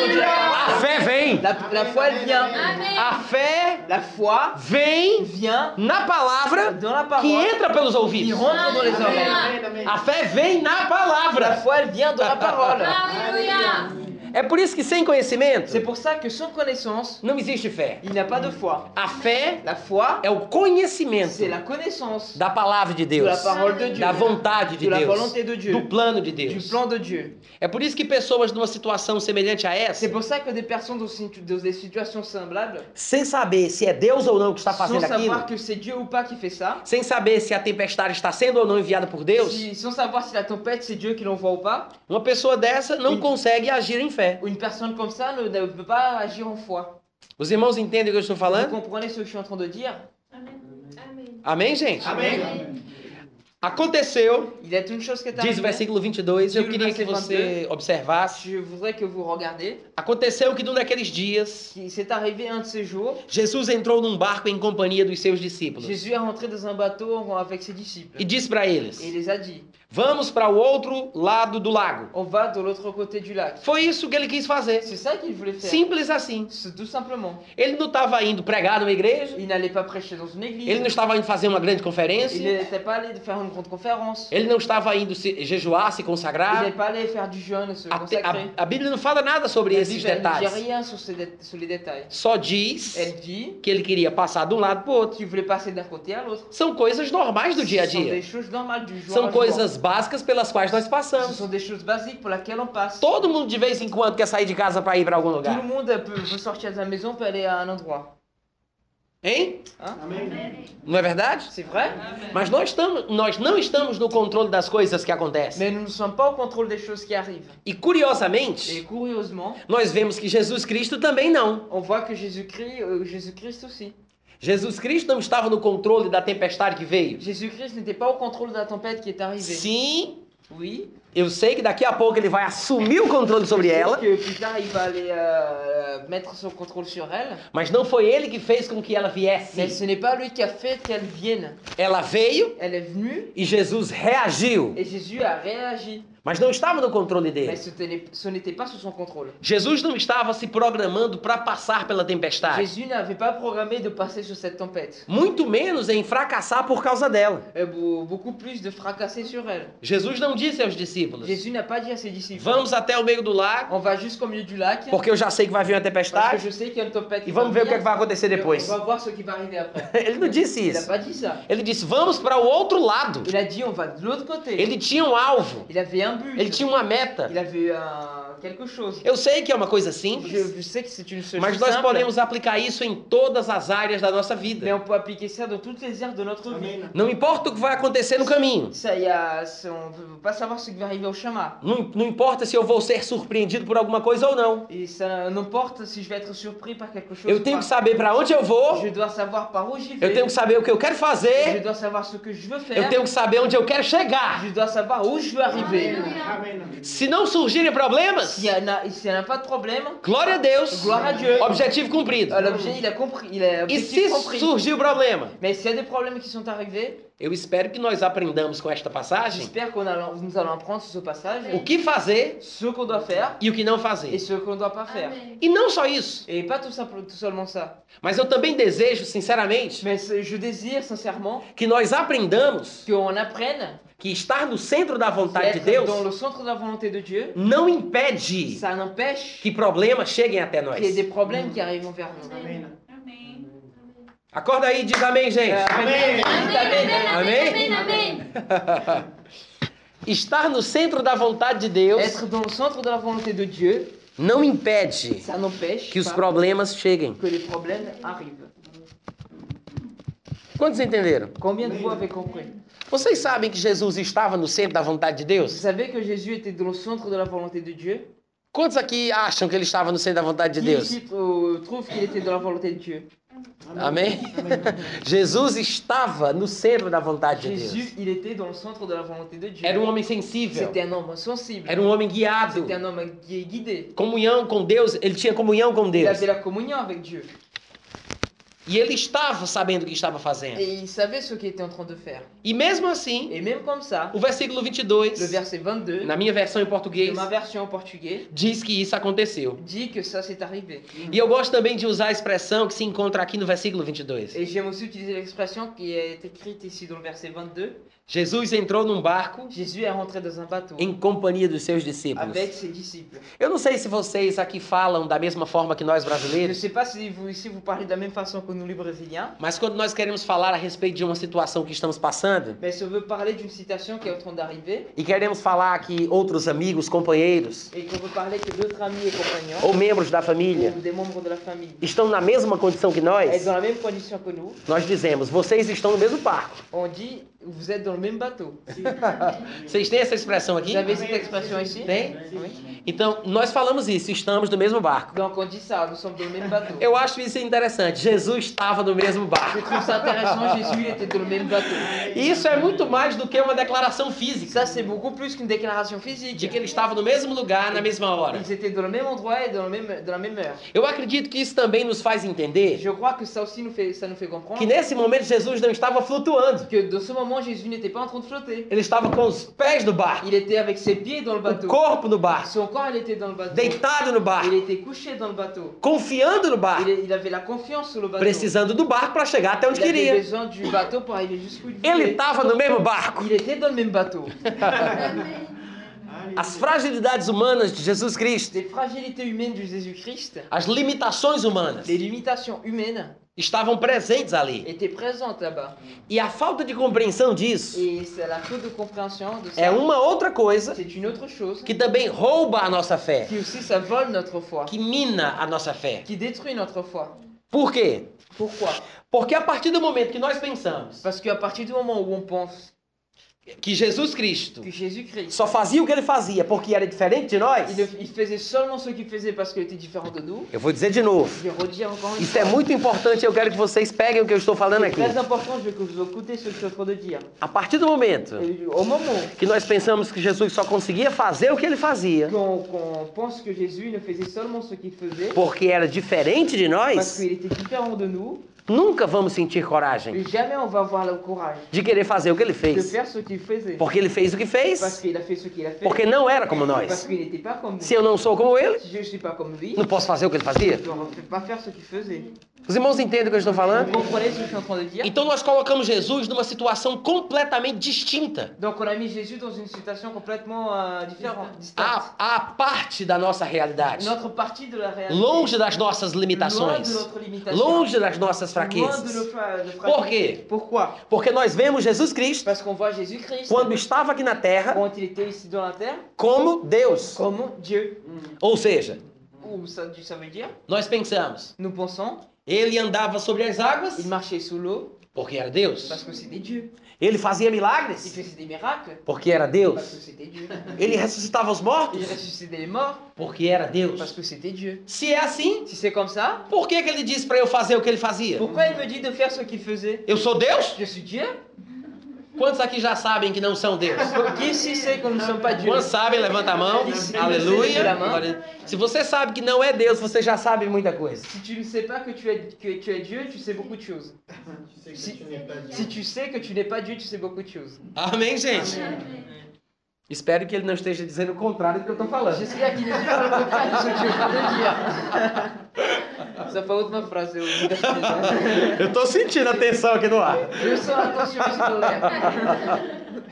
S2: la,
S1: A fé vem.
S2: la foi elle vient.
S5: Amém.
S1: A fé
S2: La foi
S1: vem
S2: vient
S1: na palavra
S2: dans la
S1: que
S2: parole.
S1: entra pelos
S2: Il
S1: ouvidos.
S2: rentre dans les oreilles.
S5: Amém.
S1: A fé vem na
S2: La
S1: palavra.
S3: ah.
S2: foi, elle vient de la parole.
S5: Aleluia.
S1: É por isso que sem conhecimento
S2: C'est pour ça que sans connaissance,
S1: não existe fé.
S2: il n'y a pas de foi.
S1: A fé
S2: La foi,
S1: é o conhecimento
S2: c'est la connaissance
S1: da palavra de
S2: de
S1: Deus,
S2: la parole de Dieu,
S1: da vontade de
S2: de la
S1: Deus,
S2: volonté de Dieu,
S1: do plano de
S2: du
S1: Deus.
S2: plan de Dieu.
S1: É por isso que pessoas numa situação semelhante a essa,
S2: C'est pour ça que des personnes dans situ- dans des situations semblables,
S1: sem saber se é Deus ou não que está
S2: sans
S1: fazendo
S2: savoir
S1: aquilo,
S2: que c'est Dieu ou pas qui fait ça,
S1: sem saber se a tempestade está sendo ou não enviada por Deus,
S2: si- sans savoir si la tempête c'est Dieu qui l'envoie ou pas,
S1: uma pessoa dessa não
S2: Sim.
S1: consegue agir em fé.
S2: une personne comme ça ne, ne peut pas agir en foi.
S1: Os irmãos entendem o que eu estou
S2: Vous
S1: falando?
S2: comprenez ce que je suis en train de dire
S5: Amém.
S1: Amém, gente?
S4: Amém.
S1: Aconteceu,
S2: Il y a une chose qui est
S1: diz o
S2: arrivée.
S1: versículo 22, eu
S2: Diz o
S1: queria que
S2: versículo
S1: você observasse.
S2: Je voudrais que vous regardiez.
S1: Aconteceu que num daqueles dias,
S2: qui- C'est arrivé un de ces jours.
S1: Jesus entrou num barco em companhia dos seus discípulos
S2: Jésus est rentré dans un bateau avec ses disciples.
S1: e disse para eles:
S2: Et il les a dit
S1: Vamos para o outro lado do lago.
S2: On va de l'autre côté du lac.
S1: Foi isso que ele quis fazer.
S2: C'est ça qu'il voulait faire.
S1: Simples assim.
S2: C'est Tout simplement.
S1: Ele não estava indo pregar numa igreja,
S2: Il n'allait pas prêcher dans une
S1: ele
S2: église.
S1: não estava indo fazer uma grande
S2: Il
S1: conferência,
S2: n'était pas allé faire une grande conférence.
S1: ele não estava indo se jejuar, se
S2: Il
S1: consagrar.
S2: n'est pas allé faire du jeûne, se
S1: A, te-
S2: consacrer.
S1: a- a Bíblia não fala nada sobre
S2: La
S1: esses
S2: Bible, elle ne dit
S1: detalhes.
S2: rien sur, ces dé- sur les détails.
S1: Só diz
S2: Elle dit
S1: que ele queria passar de um lado para o outro.
S2: qu'il voulait passer d'un côté à l'autre.
S1: São coisas normais do dia a
S2: Ce sont des
S1: dia.
S2: choses normales du jour.
S1: São
S2: au jour.
S1: coisas básicas pelas quais nós
S2: Ce
S1: passamos.
S2: sont des choses basiques pour lesquelles on passe.
S1: Todo mundo de vez em quando quer sair de casa pra ir pra algum
S2: Tout le
S1: lugar.
S2: monde peut, peut sortir de la maison, peut aller à un endroit.
S1: Hein?
S4: Amém.
S1: Não é verdade?
S2: C'est vrai
S1: Mas nós, estamos, nós não estamos no controle das coisas que acontecem.
S2: Mais nous ne sommes pas au contrôle des choses qui arrivent.
S1: E
S2: Et
S1: curiosamente,
S2: curieusement,
S1: nós vemos que Jesus Cristo também não.
S2: on voit que Jésus-Christ euh, Jésus-Christ aussi.
S1: Jesus Cristo não estava no controle da tempestade que veio.
S2: Jésus-Christ n'était pas au contrôle de la tempête qui est arrivée.
S1: Sim,
S2: Oui.
S1: eu sei que daqui a pouco ele vai assumir o controle sobre ela,
S2: Que plus tard, il va aller euh, mettre son contrôle sur elle.
S1: mas não foi ele que fez com que ela
S2: Mais
S1: viesse.
S2: ce n'est pas lui qui a fait qu'elle vienne.
S1: Ela veio
S2: Elle est venue
S1: e Jesus reagiu,
S2: et Jésus a réagi.
S1: mas não estava no controle
S2: Mais
S1: dele.
S2: ce n'était- ce n'était pas sous son contrôle.
S1: Jesus não estava se programando pra passar pela tempestade.
S2: Jésus n'avait pas programmé de passer sur cette tempête.
S1: muito menos em fracassar por causa dela.
S2: Et be- beaucoup plus de fracasser sur elle.
S1: Jesus não disse aos discípulos:
S2: Jésus n'a pas dit à ses disciples
S1: Vamos até o meio do lago,
S2: On va jusqu'au milieu du lac.
S1: porque eu já sei que vai vir uma
S2: Parce que
S1: tempestade
S2: je sais qu'il y a une tempête.
S1: e
S2: qui
S1: vamos
S2: va
S1: ver o que, é
S2: venir,
S1: que vai acontecer
S2: et
S1: depois.
S2: On va voir ce qui va arriver après.
S1: Ele não disse
S2: Il n'a
S1: isso.
S2: pas dit ça.
S1: Ele disse: Vamos para o outro lado.
S2: Il a dit on va de l'autre côté.
S1: Ele tinha um alvo,
S2: Il avait un but.
S1: ele tinha uma meta.
S2: Il avait un- quelque chose.
S1: Eu sei que é uma coisa simples,
S2: Je sais que c'est une seule
S1: mas
S2: chose
S1: nós
S2: simple,
S1: podemos aplicar isso em todas as áreas da nossa
S2: mais
S1: vida.
S2: on peut appliquer ça dans toutes les aires de notre vie.
S4: Amém.
S1: Não importa o que vai acontecer no caminho.
S2: Ça, y a, ça, on ne peut pas savoir ce qui va arriver au chemin.
S1: Não, não importa se eu vou ser surpreendido por alguma coisa ou não.
S2: Et ça n'importe si je vais être surpris par quelque chose.
S1: Eu
S2: ou
S1: tenho que
S2: pas.
S1: saber para onde eu vou,
S2: Je dois savoir par où j'y vais.
S1: eu tenho que saber o que eu quero fazer,
S2: Je dois savoir ce que je veux faire.
S1: Eu tenho que saber onde eu quero chegar.
S2: Je dois savoir où je veux arriver.
S4: Amém.
S1: Se não surgirem problemas,
S2: S'il y en a, s'il y en a pas de problème,
S1: glória a Deus,
S2: Glória a Deus.
S1: objetivo cumprido.
S2: Euh, L'objet, il a compris. Il a
S1: E
S2: objectif
S1: se
S2: compris.
S1: surgir o problema,
S2: Mais s'il y a des problèmes qui sont arrivés,
S1: eu espero que nós aprendamos com esta passagem
S2: j'espère qu'on allons- nous allons apprendre sur ce passage
S1: o que fazer
S2: ce qu'on doit faire
S1: e o que não
S2: et
S1: fazer.
S2: ce qu'on ne doit pas faire.
S5: Amém.
S1: E não só isso,
S2: Et pas tout, simple- tout seulement ça.
S1: mas eu também desejo, sinceramente,
S2: Mais c'est- je désire sincèrement
S1: que nós aprendamos
S2: qu'on apprenne
S1: que estar no centro da vontade de
S2: d'être
S1: Deus
S2: dans le centre de la volonté de Dieu.
S1: não impede
S2: Ça n'empêche
S1: que problemas cheguem até nós.
S2: qu'il y ait des problèmes qui arrivent envers nous.
S4: Amém.
S5: Amém.
S1: Acorda aí e diz amém, gente.
S2: Euh,
S4: Amém.
S2: Amen.
S1: Amém?
S5: Amém. Amém.
S1: Estar no centro da vontade de Deus
S2: Être dans le centre de la volonté de Dieu,
S1: não impede
S2: ça n'empêche
S1: que os
S2: pas
S1: problemas cheguem.
S2: que les problèmes arrivent.
S1: Quantos entenderam?
S2: Combien de vous avez compris
S1: Vocês sabem que Jesus estava no centro da vontade de
S2: Vous
S1: Deus?
S2: savez que Jésus était dans le centre de la volonté de Dieu
S1: Quantos aqui acham que ele estava no centro da vontade de
S2: Qui
S1: Deus?
S2: ici euh, trouve qu'il était dans la volonté de Dieu
S1: Amém? Jesus estava no centro da vontade de Deus.
S2: Jésus, il était dans le centre de la volonté de Dieu.
S1: Era um homem sensível,
S2: C'était un homme sensible.
S1: era um homem guiado.
S2: C'était un homme qui est guidé.
S1: Comunhão com Deus, ele tinha comunhão com
S2: Il
S1: Deus.
S2: avait la communion avec Dieu.
S1: E ele estava sabendo o que estava fazendo.
S2: Et il savait ce qu'il était en train de faire.
S1: E mesmo assim,
S2: Et même comme ça,
S1: o versículo
S2: le
S1: 22,
S2: verset 22,
S1: na minha versão em português,
S2: de ma version en portugais,
S1: diz que isso aconteceu.
S2: dit que ça s'est arrivé.
S1: E eu gosto também de usar a expressão que se encontra aqui no versículo 22.
S2: Et j'aime aussi utiliser l'expression qui est écrite ici dans le verset 22.
S1: Jesus entrou num barco
S2: Jésus est rentré dans un bateau
S1: em companhia dos seus discípulos.
S2: avec ses disciples.
S1: Eu não sei se vocês aqui falam da mesma forma que nós
S2: Je ne
S1: brasileiros,
S2: sais pas si vous, ici vous parlez de la même façon que nous les Brésiliens,
S1: mas quando nós queremos falar a respeito de uma situação que estamos passando
S2: mais si on veut parler d'une citation qui est en train d'arriver,
S1: e queremos falar que outros amigos, companheiros
S2: et qu'on veut parler que d'autres amis et compagnons,
S1: ou membros da família
S2: ou des membres de la famille,
S1: estão na mesma condição que
S2: est
S1: nós,
S2: dans la même condition que nous,
S1: nós dizemos: vocês estão no mesmo barco.
S2: on dit vous êtes dans le même bateau.
S1: Vocês têm essa expressão aqui?
S2: Vous avez cette expression ici
S1: Tem?
S2: Oui.
S1: Então, nós falamos isso, estamos no mesmo barco.
S2: Donc on dit ça, nous sommes dans le même bateau.
S1: Eu acho isso interessante. Jesus estava no mesmo
S2: Je
S1: barco.
S2: trouve ça intéressant, Jésus il était dans le même bateau.
S1: E Isso é muito mais do que uma declaração física
S2: Ça c'est beaucoup plus qu'une déclaration physique.
S1: de que ele estava no mesmo lugar na mesma hora.
S2: Ils étaient dans le même endroit et dans, le même, dans la même heure.
S1: Eu acredito que isso também nos faz
S2: Et
S1: entender
S2: je crois que ça aussi nous fait, ça nous fait comprendre
S1: que nesse momento Jesus não estava flutuando.
S2: que dans ce moment Jésus n'était pas en train de flotter.
S1: Ele estava com os pés no barco,
S2: Il était avec ses pieds dans le
S1: o
S2: bateau.
S1: corpo no barco,
S2: Son corps il était dans le bateau.
S1: deitado no
S2: Il
S1: barco,
S2: était couché dans le bateau.
S1: confiando no
S2: Il,
S1: barco,
S2: il avait la confiance sur le bateau.
S1: precisando do barco para chegar até onde
S2: Il avait
S1: queria.
S2: besoin du bateau pour arriver jusqu'où il
S1: Ele
S2: voulait.
S1: estava no mesmo barco.
S2: Il était dans le même bateau.
S1: As fragilidades humanas de Jesus Cristo,
S2: Les fragilités humaines de Jésus-Christ,
S1: as limitações humanas,
S2: les limitations humaines
S1: estavam presentes ali.
S2: étaient présentes là-bas.
S1: E a falta de compreensão disso
S2: Et c'est la faute de compréhension de
S1: é
S2: ça.
S1: uma outra coisa
S2: C'est une autre chose
S1: que também rouba a nossa fé,
S2: qui aussi ça vole notre foi,
S1: que mina a nossa fé.
S2: qui détruit notre foi.
S1: Por quê?
S2: Pourquoi
S1: Porque a partir do momento que nós pensamos
S2: Parce qu'à partir du moment où on pense
S1: que Jesus Cristo
S2: que Jésus-Christ,
S1: só fazia o que ele fazia porque era diferente de nós,
S2: il, ne- il faisait seulement ce qu'il faisait parce qu'il était différent de nous,
S1: eu vou dizer de novo.
S2: je vais redire encore une
S1: Isso é
S2: fois.
S1: muito importante, eu quero que vocês peguem o que eu estou falando
S2: C'est
S1: aqui.
S2: très important, je veux que vous écoutez ce que je suis en train de dire.
S1: A partir do momento
S2: Et au moment
S1: que nós pensamos que Jesus só conseguia fazer o que ele fazia
S2: qu'on qu'on pense que Jésus ne faisait seulement ce qu'il faisait
S1: porque era diferente de
S2: parce
S1: nós,
S2: qu'il était différent de nous,
S1: nunca vamos sentir coragem
S2: et jamais on va avoir le courage
S1: de querer fazer o que ele
S2: de
S1: fez.
S2: faire ce qu'il faisait.
S1: Porque ele fez o que
S2: Parce
S1: fez,
S2: qu'il a fait ce qu'il a fait.
S1: porque não era como
S2: Parce
S1: nós.
S2: qu'il n'était pas comme nous.
S1: Se eu não sou como ele,
S2: Si je ne suis pas comme lui,
S1: não posso fazer o que ele fazia.
S2: je ne peux pas faire ce qu'il faisait.
S1: Os irmãos entendem o que eu estou
S2: Vous
S1: falando?
S2: comprenez ce que je suis en train de dire
S1: Então nós colocamos Jesus numa situação completamente distinta.
S2: Donc on a mis Jésus dans une situation complètement euh, différente, distincte.
S1: À, à parte da nossa realidade.
S2: Notre partie de la réalité.
S1: Longe das nossas
S2: Loin
S1: limitações.
S2: de notre limitation.
S1: Longe das nossas
S2: Loin de nos
S1: fraquezas.
S2: fra- de
S1: Por
S2: fragilité.
S1: quê?
S2: Pourquoi
S1: Porque nós vemos Jesus Cristo,
S2: Parce qu'on voit Jésus-Christ
S1: quando estava aqui na terra,
S2: quand il était ici dans la terre
S1: como Deus.
S2: comme Dieu.
S1: Ou seja,
S2: Ou ça, ça veut dire
S1: nós pensamos,
S2: Nous pensons,
S1: ele andava sobre as águas
S2: il marchait sous l'eau
S1: porque era
S2: parce
S1: Deus.
S2: que c'était Dieu.
S1: Ele fazia
S2: Il
S1: milagres
S2: faisait des miracles
S1: porque era
S2: parce que
S1: Deus.
S2: c'était Dieu.
S1: Ele ressuscitava os
S2: Il
S1: mortos
S2: ressuscitait les morts
S1: porque era
S2: parce
S1: Deus.
S2: que c'était Dieu.
S1: Se é assim,
S2: Si c'est comme ça,
S1: por que, que ele disse para eu fazer o que ele fazia?
S2: pourquoi il me dit de faire ce qu'il faisait
S1: Eu sou Deus?
S2: Je suis Dieu
S1: Quantos aqui já sabem que não são Deus?
S2: Qui ici sait que nous ne sommes pas Dieu
S1: Quantos sabem, levanta a mão.
S2: Sim,
S1: Aleluia.
S2: levanta a mão.
S1: Glória a Deus. Se você sabe que não é Deus, você já sabe muita coisa.
S2: Si tu ne sais pas que tu es, que tu es Dieu, tu sais beaucoup de choses.
S4: Tu
S2: Si-
S4: sais que tu n'es pas
S2: Si tu sais que tu n'es pas Dieu, tu sais beaucoup de choses.
S1: Amém, gente? Espero que ele não esteja dizendo o contrário do que eu tô falando.
S2: J'espère qu'il n'est pas le contraire de ce que je viens de dire. Ça fait autre ma phrase. c'est au-
S1: Eu tô sentindo a tensão aqui no ar.
S2: Je sens la tension ici dans l'air.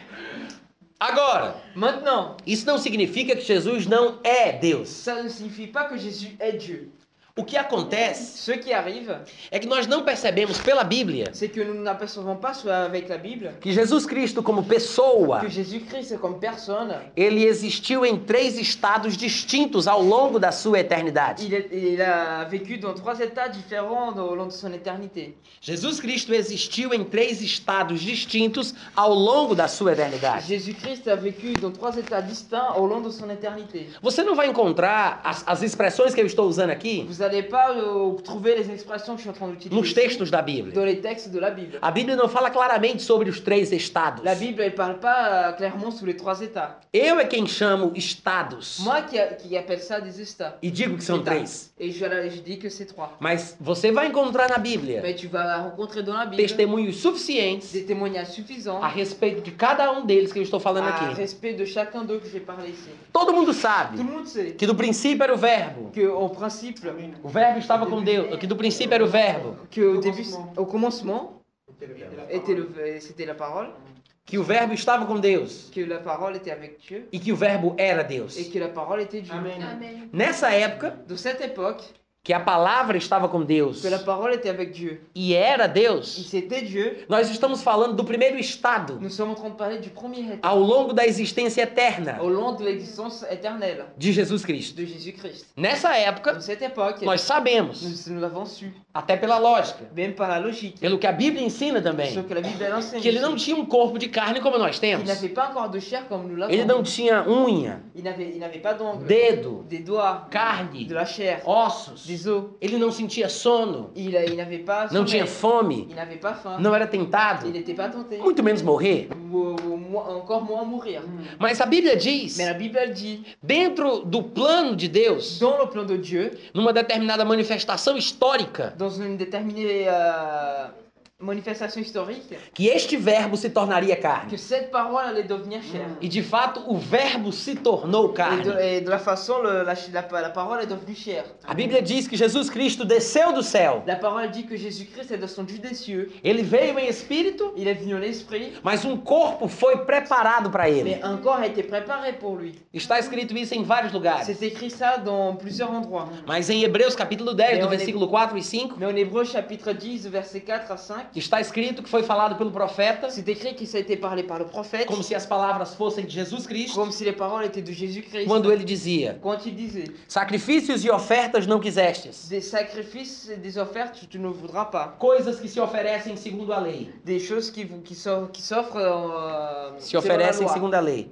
S1: Agora,
S2: Maintenant,
S1: isso não significa que Jesus não é Deus.
S2: ça ne signifie pas que Jésus est Dieu.
S1: O que acontece
S2: Ce qui arrive,
S1: é que nós não percebemos pela Bíblia
S2: c'est que nous n'apercevons pas cela avec la Bible,
S1: que Jesus Cristo, como pessoa,
S2: que Jésus-Christ comme personne,
S1: ele existiu em três estados distintos ao longo da sua eternidade.
S2: il, est- il a vécu dans trois états différents au long de son éternité.
S1: Jesus Cristo existiu em três estados distintos ao longo da sua eternidade.
S2: Jésus-Christ a vécu dans trois états distincts au long de son éternité.
S1: Você não vai encontrar as, as expressões que eu estou usando aqui
S2: Vous, n'allez pas euh, trouver les expressions que je suis en train d'utiliser.
S1: nos
S2: ici
S1: textos da Bíblia.
S2: Dans les textes de la Bible.
S1: A Bíblia não fala claramente sobre os três estados.
S2: La Bible, elle parle pas euh, clairement sous les trois états.
S1: Eu é quem chamo estados
S2: Moi qui, a- qui appelle ça des états.
S1: e digo que são três.
S2: Et je, euh, je dis que c'est trois.
S1: Mas você vai encontrar na Bíblia
S2: Mais tu vas la rencontrer dans la Bible
S1: testemunhos suficientes
S2: des témoignages suffisants
S1: a respeito de cada um deles que eu estou falando
S2: à
S1: aqui.
S2: respect de chacun d'eux que j'ai parlé ici.
S1: Todo mundo
S2: Tout le
S1: sabe
S2: monde sait
S1: que do princípio era o verbo.
S2: que en principe,
S1: O verbo estava com Deus, que do princípio era o verbo,
S2: que au début, au commencement, était
S4: Ele
S2: le- c'était la parole,
S1: que o verbo estava com Deus
S2: que la parole était avec Dieu
S1: e que o verbo era Deus.
S2: et que la parole était Dieu.
S5: Amém.
S1: Nessa época,
S2: Dans cette époque,
S1: que a palavra estava com Deus
S2: que la parole était avec Dieu,
S1: e era
S2: il
S1: Deus,
S2: s'était Dieu,
S1: nós estamos falando do primeiro estado
S2: nous sommes en train de parler du premier état
S1: ao longo da existência eterna
S2: au long de l'existence éternelle
S1: de Jesus Cristo.
S2: de Jésus-Christ.
S1: Nessa época,
S2: Dans cette époque,
S1: nós sabemos,
S2: nous, nous l'avons su,
S1: até pela lógica,
S2: même par la logique,
S1: pelo que a Bíblia ensina também,
S2: ce que la Bible enseigne.
S1: que ele não tinha um corpo de carne como nós
S2: Il
S1: temos.
S2: n'avait pas encore de chair comme nous l'avons.
S1: Ele não tinha unha,
S2: Il n'avait, il n'avait pas d'ongles,
S1: dedo,
S2: des doigts,
S1: carne,
S2: de la chair,
S1: Oh. ossos.
S2: des os.
S1: Ele não sentia sono,
S2: Il, il n'avait pas
S1: não
S2: sommeil.
S1: tinha fome,
S2: Il n'avait pas faim.
S1: não era tentado,
S2: Il n'était pas tenté.
S1: muito menos morrer.
S2: Ou, euh, ou moins- encore moins mourir.
S1: Mas a Bíblia diz,
S2: Mais la Bible elle dit,
S1: dentro do plano de Deus,
S2: dans le plan de Dieu,
S1: numa determinada manifestação histórica,
S2: dans une déterminée euh, manifestation historique,
S1: que este verbo se tornaria
S2: que
S1: carne.
S2: cette parole allait devenir chair.
S1: E de fato, o verbo se tornou
S2: Et de,
S1: carne.
S2: et de la façon, le- la, ch- la- la parole est devenue chair.
S1: A Bíblia diz que Jesus Cristo desceu do céu.
S2: La parole dit que Jésus-Christ est descendu des cieux.
S1: Ele veio em espírito,
S2: Il est venu en esprit,
S1: mas um corpo foi preparado para ele.
S2: mais un corps a été préparé pour lui.
S1: Está escrito isso em vários lugares.
S2: C'est écrit ça dans plusieurs endroits.
S1: Mas em Hebreus capítulo 10, do versículo 4 e 5,
S2: Mais en Hébreu chapitre 10, versets 4 à 5,
S1: está escrito que foi falado pelo profeta,
S2: c'est écrit que ça a été parlé par le prophète,
S1: como se as palavras fossem de Jesus Cristo,
S2: comme si les paroles étaient de Jésus-Christ.
S1: quando ele dizia:
S2: Quand il disait,
S1: Sacrifícios e ofertas não quisestes,
S2: des sacrifices et des offertes, tu ne voudras pas.
S1: coisas que se oferecem segundo a lei.
S2: Des choses qui, vous- qui s'offrent qui s'offrent, euh,
S1: se
S2: selon la
S1: oferecem
S2: loi.
S1: segundo a lei.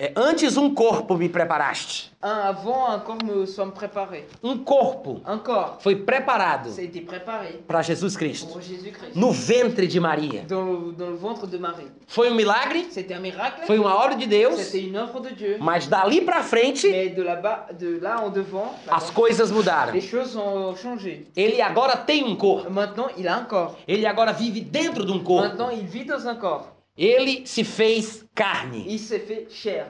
S1: É, antes um corpo me preparaste.
S2: Un avant, un corps me sommes préparés.
S1: Um corpo
S2: Un corps,
S1: foi preparado
S2: ça a été préparé
S1: para Jesus Cristo,
S2: pour Jésus-Christ.
S1: no ventre de Maria.
S2: Dans le, dans le ventre de Marie.
S1: Foi um milagre,
S2: C'était un miracle.
S1: foi uma obra de Deus,
S2: C'était une œuvre de Dieu.
S1: mas dali para frente
S2: Mais de là-bas, de là en devant,
S1: as coisas mudaram.
S2: les choses ont changé.
S1: Ele agora tem um corpo.
S2: Maintenant, il a un corps.
S1: Ele agora vive dentro de um
S2: Maintenant,
S1: corpo.
S2: il vit dans un corps.
S1: Ele se fez carne.
S2: Il s'est fait chair.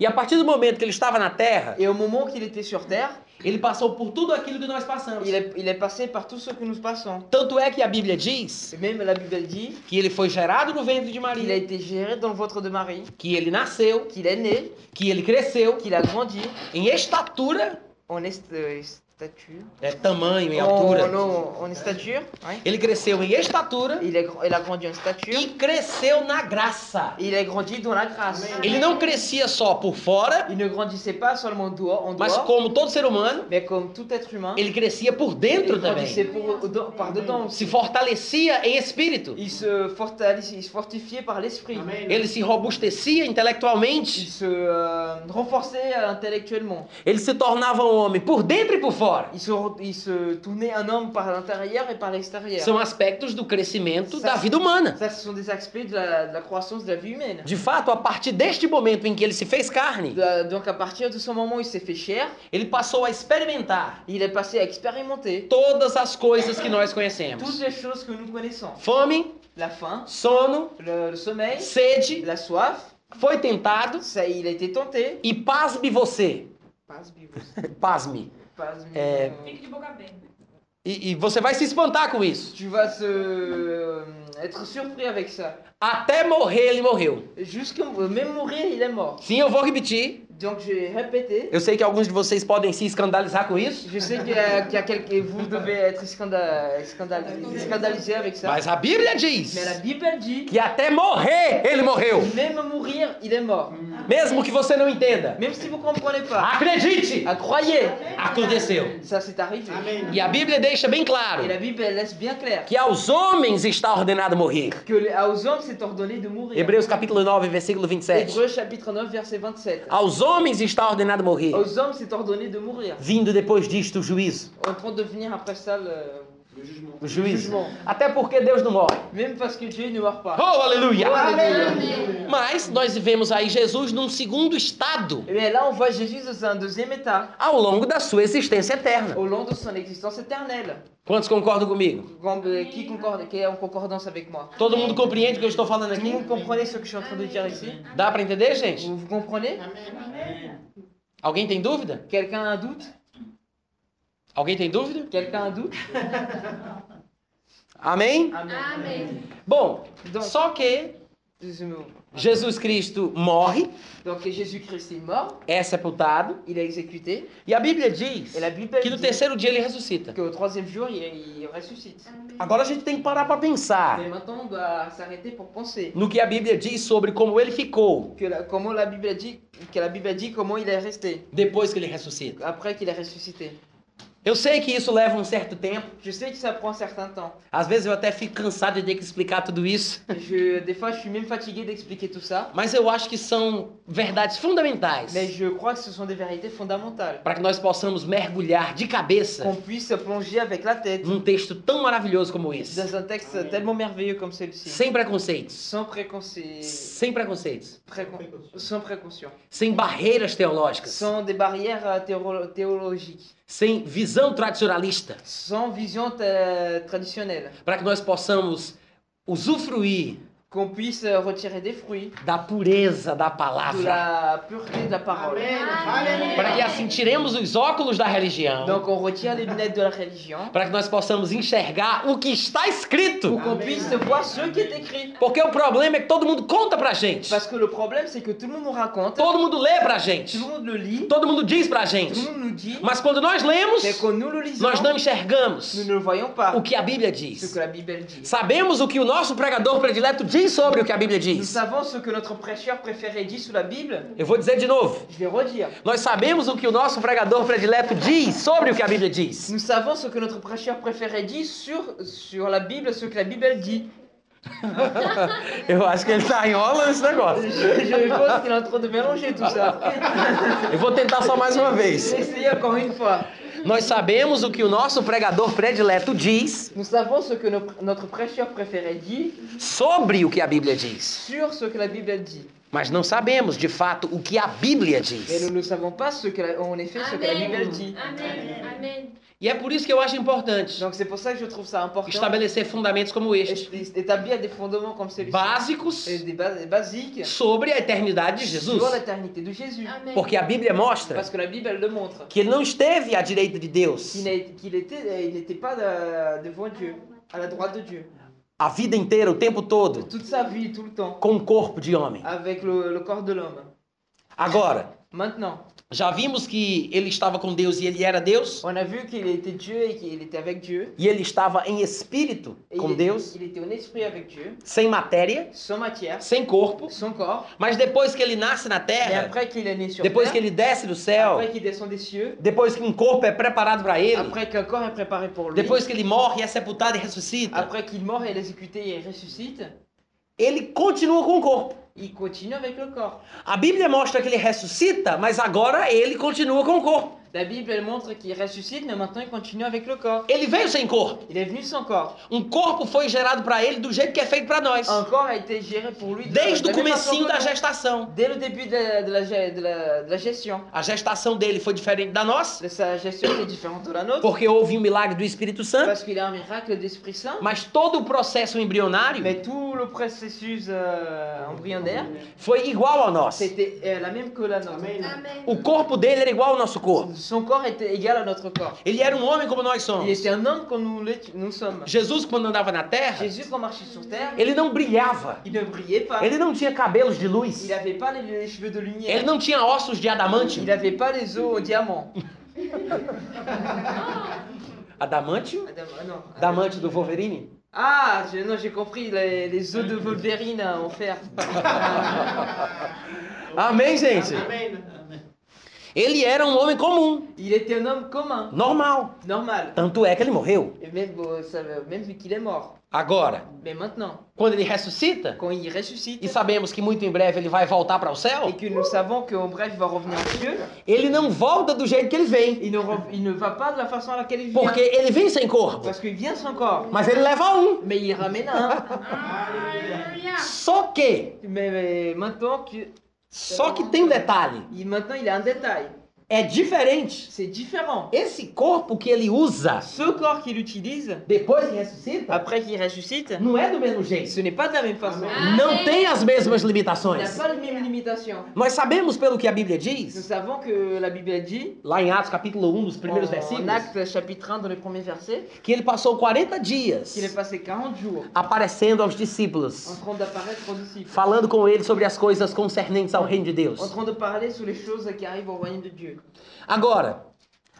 S1: E a partir do momento que ele estava na terra,
S2: Et au moment qu'il était sur terre,
S1: ele passou por tudo aquilo que nós passamos.
S2: il est, il est passé par tout ce que nous passons.
S1: Tanto é que a Bíblia diz
S2: Et Même la Bible dit
S1: que ele foi gerado no ventre de
S2: qu'il a
S1: Maria,
S2: été géré dans le ventre de Marie,
S1: que ele nasceu,
S2: qu'il est né,
S1: que ele cresceu,
S2: qu'il a grandi
S1: em estatura,
S2: en est- euh, stature.
S1: é, tamanho, em
S2: En,
S1: altura.
S2: non, en stature. ouais.
S1: Ele cresceu em estatura
S2: Il, est, gr- il a grandi en stature.
S1: e cresceu na graça.
S2: Il a grandi dans la grâce.
S1: Ele não crescia só por fora,
S2: Il ne grandissait pas seulement dehors, en
S1: mas
S2: dehors,
S1: como todo ser humano,
S2: mais comme tout être humain,
S1: ele crescia por
S2: il
S1: dentro
S2: grandissait
S1: também.
S2: pour- au- dans- par dedans
S1: Se
S2: aussi.
S1: fortalecia em espírito.
S2: Il se, fortalis- il se fortifiait par l'esprit.
S1: Ele se robustecia intelectualmente.
S2: Il se euh, renforçait intellectuellement.
S1: Ele se tornava um homem por dentro e por fora.
S2: Il se, il se tournait un homme par l'intérieur et par l'extérieur.
S1: São aspectos do crescimento da vida humana.
S2: Ça, ce sont des aspects de la, de la croissance de la vie humaine.
S1: De fato, a partir deste momento em que ele se fez carne,
S2: De la- donc à partir de ce moment où il s'est fait chair,
S1: ele passou a experimentar
S2: il est passé à expérimenter
S1: todas as coisas que nós conhecemos.
S2: toutes les choses que nous connaissons.
S1: Fome,
S2: La faim,
S1: sono,
S2: le, le sommeil,
S1: sede,
S2: la soif,
S1: foi tentado
S2: ça, il a été tenté.
S1: e pasme você.
S2: Pas
S1: Pasme.
S2: pas-
S1: Eh,
S5: Fique de boca aberta.
S1: E, e você vai se espantar com isso.
S2: Tu vas se, euh, être surpris avec ça.
S1: Até morrer, ele morreu.
S2: Jusqu'à même mourir, il est mort.
S1: Sim, eu vou repetir.
S2: Donc j'ai répété.
S1: Eu sei que alguns de vocês podem se escandalizar com isso.
S2: Je sais qu'il y a, qu'il y a quelques- vous devez être scanda- scandal- scandalisé avec ça.
S1: Mas a Bíblia diz
S2: Mais la Bible dit
S1: que até morrer, ele morreu.
S2: même mourir, il est mort.
S1: Mesmo que você não entenda.
S2: Même si vous comprenez pas.
S1: Acredite!
S2: Ah, croyez,
S1: Aconteceu.
S2: ça c'est arrivé.
S1: E a Bíblia deixa bem claro
S2: Et la Bible elle laisse bien clair
S1: que aos homens está ordenado morrer.
S2: que les- aux hommes c'est ordonné de mourir.
S1: Hebreus capítulo 9, versículo 27.
S2: Hébreux chapitre 9, verset 27.
S1: Aos homens está ordenado morrer,
S2: Aux hommes, c'est ordonné de mourir.
S1: vindo depois disto o juízo.
S2: Entrant de venir après ça le
S4: Le jugement.
S1: O juízo.
S2: jugement.
S1: Até porque Deus não morre.
S2: Même parce que Dieu ne meurt
S1: Oh,
S2: pas.
S1: aleluia!
S5: Amém.
S1: Mas nós vemos aí Jesus num segundo estado
S2: Mais Eh là, on voit Jésus dans un deuxième état,
S1: ao longo da sua existência eterna.
S2: au long de son existence éternelle.
S1: Quantos concordam comigo?
S2: Quand- euh, Qui, concorde, qui est en concordance avec moi
S1: Todo mundo compreende o que eu estou falando
S2: Tout le
S1: aqui?
S2: monde comprenez ce que je suis en train de dire ici
S1: Dá para entender, gente?
S2: Vous, vous comprenez
S1: Alguém tem dúvida?
S2: Quelqu'un a un doute
S1: Alguém tem dúvida?
S2: Quelqu'un a un doute
S1: Amém?
S2: Amen.
S5: Amém.
S1: Bom,
S2: Donc,
S1: só que
S2: donc
S1: Jesus Cristo morre,
S2: Jésus-Christ est mort,
S1: é sepultado,
S2: il est exécuté,
S1: e a Bíblia diz
S2: et la Bible
S1: que no
S2: dit
S1: terceiro dia ele ressuscita.
S2: qu'au troisième jour, il, il ressuscite.
S1: Agora a gente tem que parar para pensar
S2: Et maintenant, on doit s'arrêter pour penser
S1: no que a Bíblia diz sobre como ele ficou
S2: que la- comment la Bible dit que la Bible dit comment il est resté
S1: depois que ele ressuscita.
S2: après qu'il est ressuscité.
S1: Eu sei que isso leva um certo tempo.
S2: Je sais que ça prend un certain temps.
S1: Às vezes eu até fico cansado de ter que explicar tudo isso,
S2: Je, des fois, je suis même fatigué d'expliquer tout ça,
S1: mas eu acho que são verdades fundamentais
S2: mais je crois que ce sont des vérités fondamentales
S1: para que nós possamos mergulhar de cabeça
S2: qu'on puisse plonger avec la tête
S1: num texto tão maravilhoso como esse,
S2: dans un texte tellement merveilleux comme celui-ci,
S1: sem preconceitos,
S2: sans préconçu,
S1: sem preconceitos,
S2: précon- sans précaution,
S1: sem barreiras teológicas,
S2: sans des barrières euh, théoro- théologiques,
S1: sem visão tradicionalista,
S2: sans vision euh, traditionnelle,
S1: para que nós possamos usufruir
S2: qu'on puisse euh, retirer des fruits
S1: da pureza da
S2: de
S1: palavra,
S2: la pureté de la parole.
S1: para que assim tiremos os óculos da religião,
S2: Donc on retire les lunettes de la religion
S1: para que nós possamos enxergar o que está escrito.
S2: pour qu'on puisse voir ce qui est écrit.
S1: Porque o problema é que todo mundo conta pra gente.
S2: Parce que le problème, c'est que tout le monde nous raconte, tout
S1: Todo mundo lê pra gente.
S2: le monde le lit,
S1: Todo mundo diz pra
S2: tout
S1: gente.
S2: le monde nous dit,
S1: Mas quando nós lemos,
S2: mais quand nous le lisons,
S1: nós não enxergamos
S2: nous ne le voyons pas,
S1: o que a Bíblia
S2: ce
S1: diz.
S2: que la Bible dit.
S1: Sabemos o que o nosso pregador predileto diz sobre o que a Bíblia
S2: Nous
S1: diz.
S2: savons ce que notre prêcheur préféré dit sous la Bible,
S1: Eu vou dizer de novo.
S2: je vais redire.
S1: Nós sabemos o que o nosso pregador predileto diz sobre o que a Bíblia diz.
S2: Nous savons ce que notre prêcheur préféré dit sur, sur la Bible, ce que la Bible dit.
S1: Eu acho que ele tá enrolando esse
S2: Je,
S1: negócio.
S2: je pense qu'il est en train de mélanger tout ça.
S1: Eu vou tentar só mais uma vez.
S2: Essayez encore une fois.
S1: Nós sabemos o que o nosso pregador predileto diz
S2: Nous savons ce que no- notre prêcheur préféré dit
S1: sobre o que a Bíblia diz.
S2: sur ce que la Bible dit.
S1: Mas não sabemos, de fato, o que a Bíblia
S2: Mais nous
S1: diz.
S2: ne savons pas ce que la- en effet ce que la Bible dit.
S5: Amém. Amém.
S1: E é por isso que eu acho importante
S2: Donc c'est pour ça que je trouve ça important
S1: estabelecer fundamentos como este,
S2: d'établir des fondements comme celui-ci,
S1: básicos,
S2: Et des, bases basiques
S1: sobre a eternidade de Jesus.
S2: sur l'éternité de Jésus.
S6: Ah.
S5: Amém.
S1: Porque a Bíblia mostra
S2: Parce que la Bible le montre
S1: que ele não esteve à direita de Deus
S2: qu'il n'a- qu'il était, il n'était pas euh, devant Dieu, à la droite de Dieu,
S1: a vida inteira, o tempo todo,
S2: toute sa vie, tout le temps,
S1: com o corpo de homem.
S2: avec le, le corps de l'homme.
S1: Agora,
S2: Maintenant,
S1: já vimos que ele estava com Deus e ele era Deus,
S2: on a vu qu'il était Dieu et qu'il était avec Dieu.
S1: e ele estava em espírito
S2: Et
S1: com
S2: il,
S1: Deus,
S2: était, il était en esprit avec Dieu,
S1: sem matéria,
S2: sans matière,
S1: sem corpo,
S2: sans corps.
S1: mas depois que ele nasce na
S2: Et
S1: terra,
S2: après qu'il est né sur
S1: depois
S2: terre,
S1: que ele desce do céu,
S2: après qu'il descend des cieux,
S1: depois que um corpo é preparado para ele,
S2: Après qu'un corps est préparé pour lui,
S1: depois que ele morre, é sepultado e ressuscita,
S2: après qu'il mort et exécuté et ressuscite,
S1: ele continua com o corpo.
S2: il continue avec le corps.
S1: A Bíblia mostra que ele ressuscita, mas agora ele continua com o corpo.
S2: La Bible elle montre qu'il ressuscite, mais maintenant il continue avec le corps.
S1: Ele veio sem corpo.
S2: Il est venu sans corps.
S1: Um corpo foi gerado para ele do jeito que é feito para nós,
S2: Un corps a été géré pour lui de-
S1: desde
S2: de
S1: o
S2: la même façon
S1: comecinho
S2: que
S1: da
S2: nous.
S1: gestação.
S2: Dès le début de la, de la ge- de la- de la gestion.
S1: A gestação dele foi diferente da nossa,
S2: De sa gestion qui est différente de la nôtre,
S1: porque houve um milagre do Espírito Santo,
S2: parce qu'il est un miracle d'Esprit Saint.
S1: mas todo o processo embrionário
S2: Mais tout le processus euh, embrionnaire,
S1: foi igual ao nosso.
S2: c'était euh, la même que la nôtre.
S5: Amém.
S1: O corpo dele era igual ao nosso corpo.
S2: Son corps était égal à notre corps.
S1: Ele era um homem como nós
S2: Il
S1: somos.
S2: était un homme comme nous, l'ét- nous sommes.
S1: Jesus, quando andava na terra,
S2: Jésus, quand marchait sur terre,
S1: ele não brilhava,
S2: il ne brillait pas.
S1: ele não tinha cabelos de luz,
S2: Il n'avait pas les, les cheveux de
S1: ele
S2: lumière.
S1: não tinha ossos de adamante.
S2: Il n'avait pas les os au diamant.
S1: Adamantio?
S2: Adam- ah non.
S1: Damante do Wolverine?
S2: Ah, je- non, j'ai compris, les, les os de Wolverine hein, en fer.
S1: Amém, gente? Ele era um homem comum,
S2: Il était un homme commun,
S1: normal.
S2: normal.
S1: Tanto é que ele morreu.
S2: Et même, bon, ça, veut- même vu qu'il est mort.
S1: Agora,
S2: Bem, maintenant,
S1: quando ele ressuscita,
S2: quand il ressuscite,
S1: e sabemos que muito em breve ele vai voltar para o céu,
S2: et que nous savons qu'en bref, il va revenir au ciel,
S1: ele não volta do jeito que ele vem.
S2: il ne, re- il ne va pas de la façon à laquelle il vient.
S1: Porque ele vem sem corpo,
S2: Parce qu'il vient sans corps,
S1: mas ele leva um.
S2: mais il ramène un.
S5: Alléluia.
S1: Só que,
S2: mais, mais maintenant, que,
S1: só que tem um detalhe,
S2: il, maintenant, il a un détail.
S1: é diferente.
S2: C'est différent.
S1: Esse corpo que ele usa
S2: Ce corps qu'il utilise,
S1: depois que ressuscita,
S2: après qu'il ressuscite,
S1: não é do mesmo jeito.
S2: ce n'est pas de la même façon.
S1: Não tem as mesmas
S2: Ah, Il
S1: limitações.
S2: n'a pas les mêmes limitations.
S1: Nós sabemos pelo que a Bíblia
S2: Nous
S1: diz,
S2: savons que la Bible dit,
S1: lá em Atos capítulo 1, dos primeiros
S2: en, en
S1: versículos,
S2: Actes chapitre 1, dans le premier verset,
S1: que ele passou 40 dias
S2: qu'il est passé 40 jours
S1: aparecendo aos discípulos,
S2: en train d'apparaître aux disciples,
S1: falando com eles sobre as coisas concernentes ao reino de Deus.
S2: en train de parler sur les choses qui arrivent au royaume de Dieu.
S1: Agora,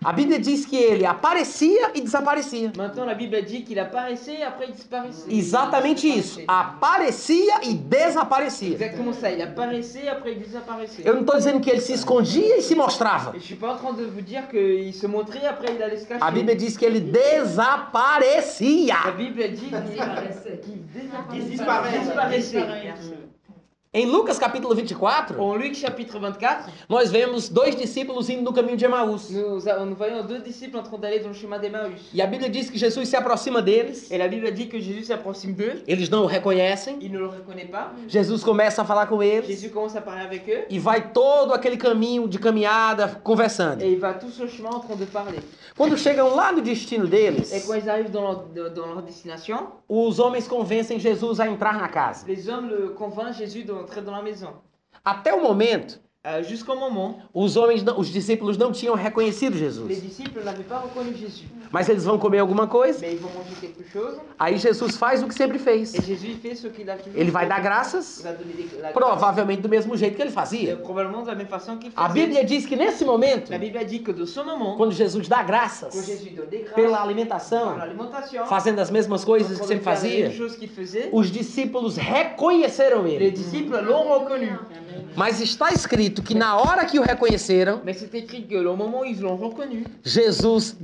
S1: a Bíblia diz que ele aparecia e desaparecia.
S2: Maintenant, la Bible dit qu'il apparaissait, après il disparaissait.
S1: Exatamente
S2: Il
S1: isso. Ah,
S2: disparaissait.
S1: Aparecia e desaparecia.
S2: Exactement ça, il apparaissait, après il disparaissait.
S1: Eu não estou dizendo que ele se escondia e se mostrava.
S2: Et Je suis pas en train de vous dire qu'il se montrait, après il allait se cacher.
S1: A Bíblia diz que ele
S2: La
S1: desaparecia.
S2: Bible dit
S3: Desaparecer.
S2: qu'il qu'il dés-
S3: Desaparecer.
S2: disparaissait. disparaissait.
S1: Em Lucas capítulo 24,
S2: En Luc chapitre 24,
S1: nós vemos dois discípulos indo no caminho de Emaús.
S2: nous, a- nous voyons deux disciples en train d'aller dans le chemin d'Emmaüs.
S1: E a Bíblia diz que Jesus se aproxima deles,
S2: Et la Bible dit que Jésus s'approche d'eux,
S1: eles não o reconhecem.
S2: il ne le reconnaît pas.
S1: Jesus começa a falar com eles
S2: Jésus commence à parler avec eux
S1: e vai todo aquele caminho de caminhada conversando.
S2: et il va tout ce chemin en train de parler.
S1: Quando chegam lá no destino deles,
S2: Et quand ils arrivent dans leur, de- dans leur destination,
S1: os homens convencem Jesus a entrar na casa.
S2: les hommes le convainquent Jésus d'entrer dans la maison.
S1: Até o momento,
S2: Euh, Jusqu'au moment,
S1: os homens, não- os discípulos não tinham reconhecido
S2: les
S1: Jesus.
S2: disciples n'avaient pas reconnu Jésus.
S1: Mas eles vão comer alguma coisa.
S2: Mais ils vont manger quelque chose
S1: Aí Jesus faz o que sempre fez.
S2: et Jésus fait ce qu'il a toujours
S1: Ele vai
S2: fait.
S1: dar
S2: Il
S1: graças,
S2: va donner des- la
S1: provavelmente do mesmo jeito que ele
S2: Et
S1: fazia.
S2: probablement de la même façon qu'il
S1: A
S2: faisait.
S1: Bíblia diz que nesse momento,
S2: La Bible dit que de ce moment,
S1: quando Jesus dá
S2: quand
S1: graças
S2: Jésus donne des grâces
S1: pela
S2: pour
S1: alimentação,
S2: l'alimentation,
S1: fazendo as mesmas
S2: en
S1: coisas que
S2: train de
S1: sempre
S2: faire les mêmes
S1: fazia,
S2: choses qu'il faisait,
S1: os discípulos reconheceram
S2: les
S1: ele.
S2: disciples l'ont reconnu.
S1: Mas está escrito que na hora que o reconheceram,
S2: Mais c'est écrit que au moment où ils l'ont reconnu,
S1: Jesus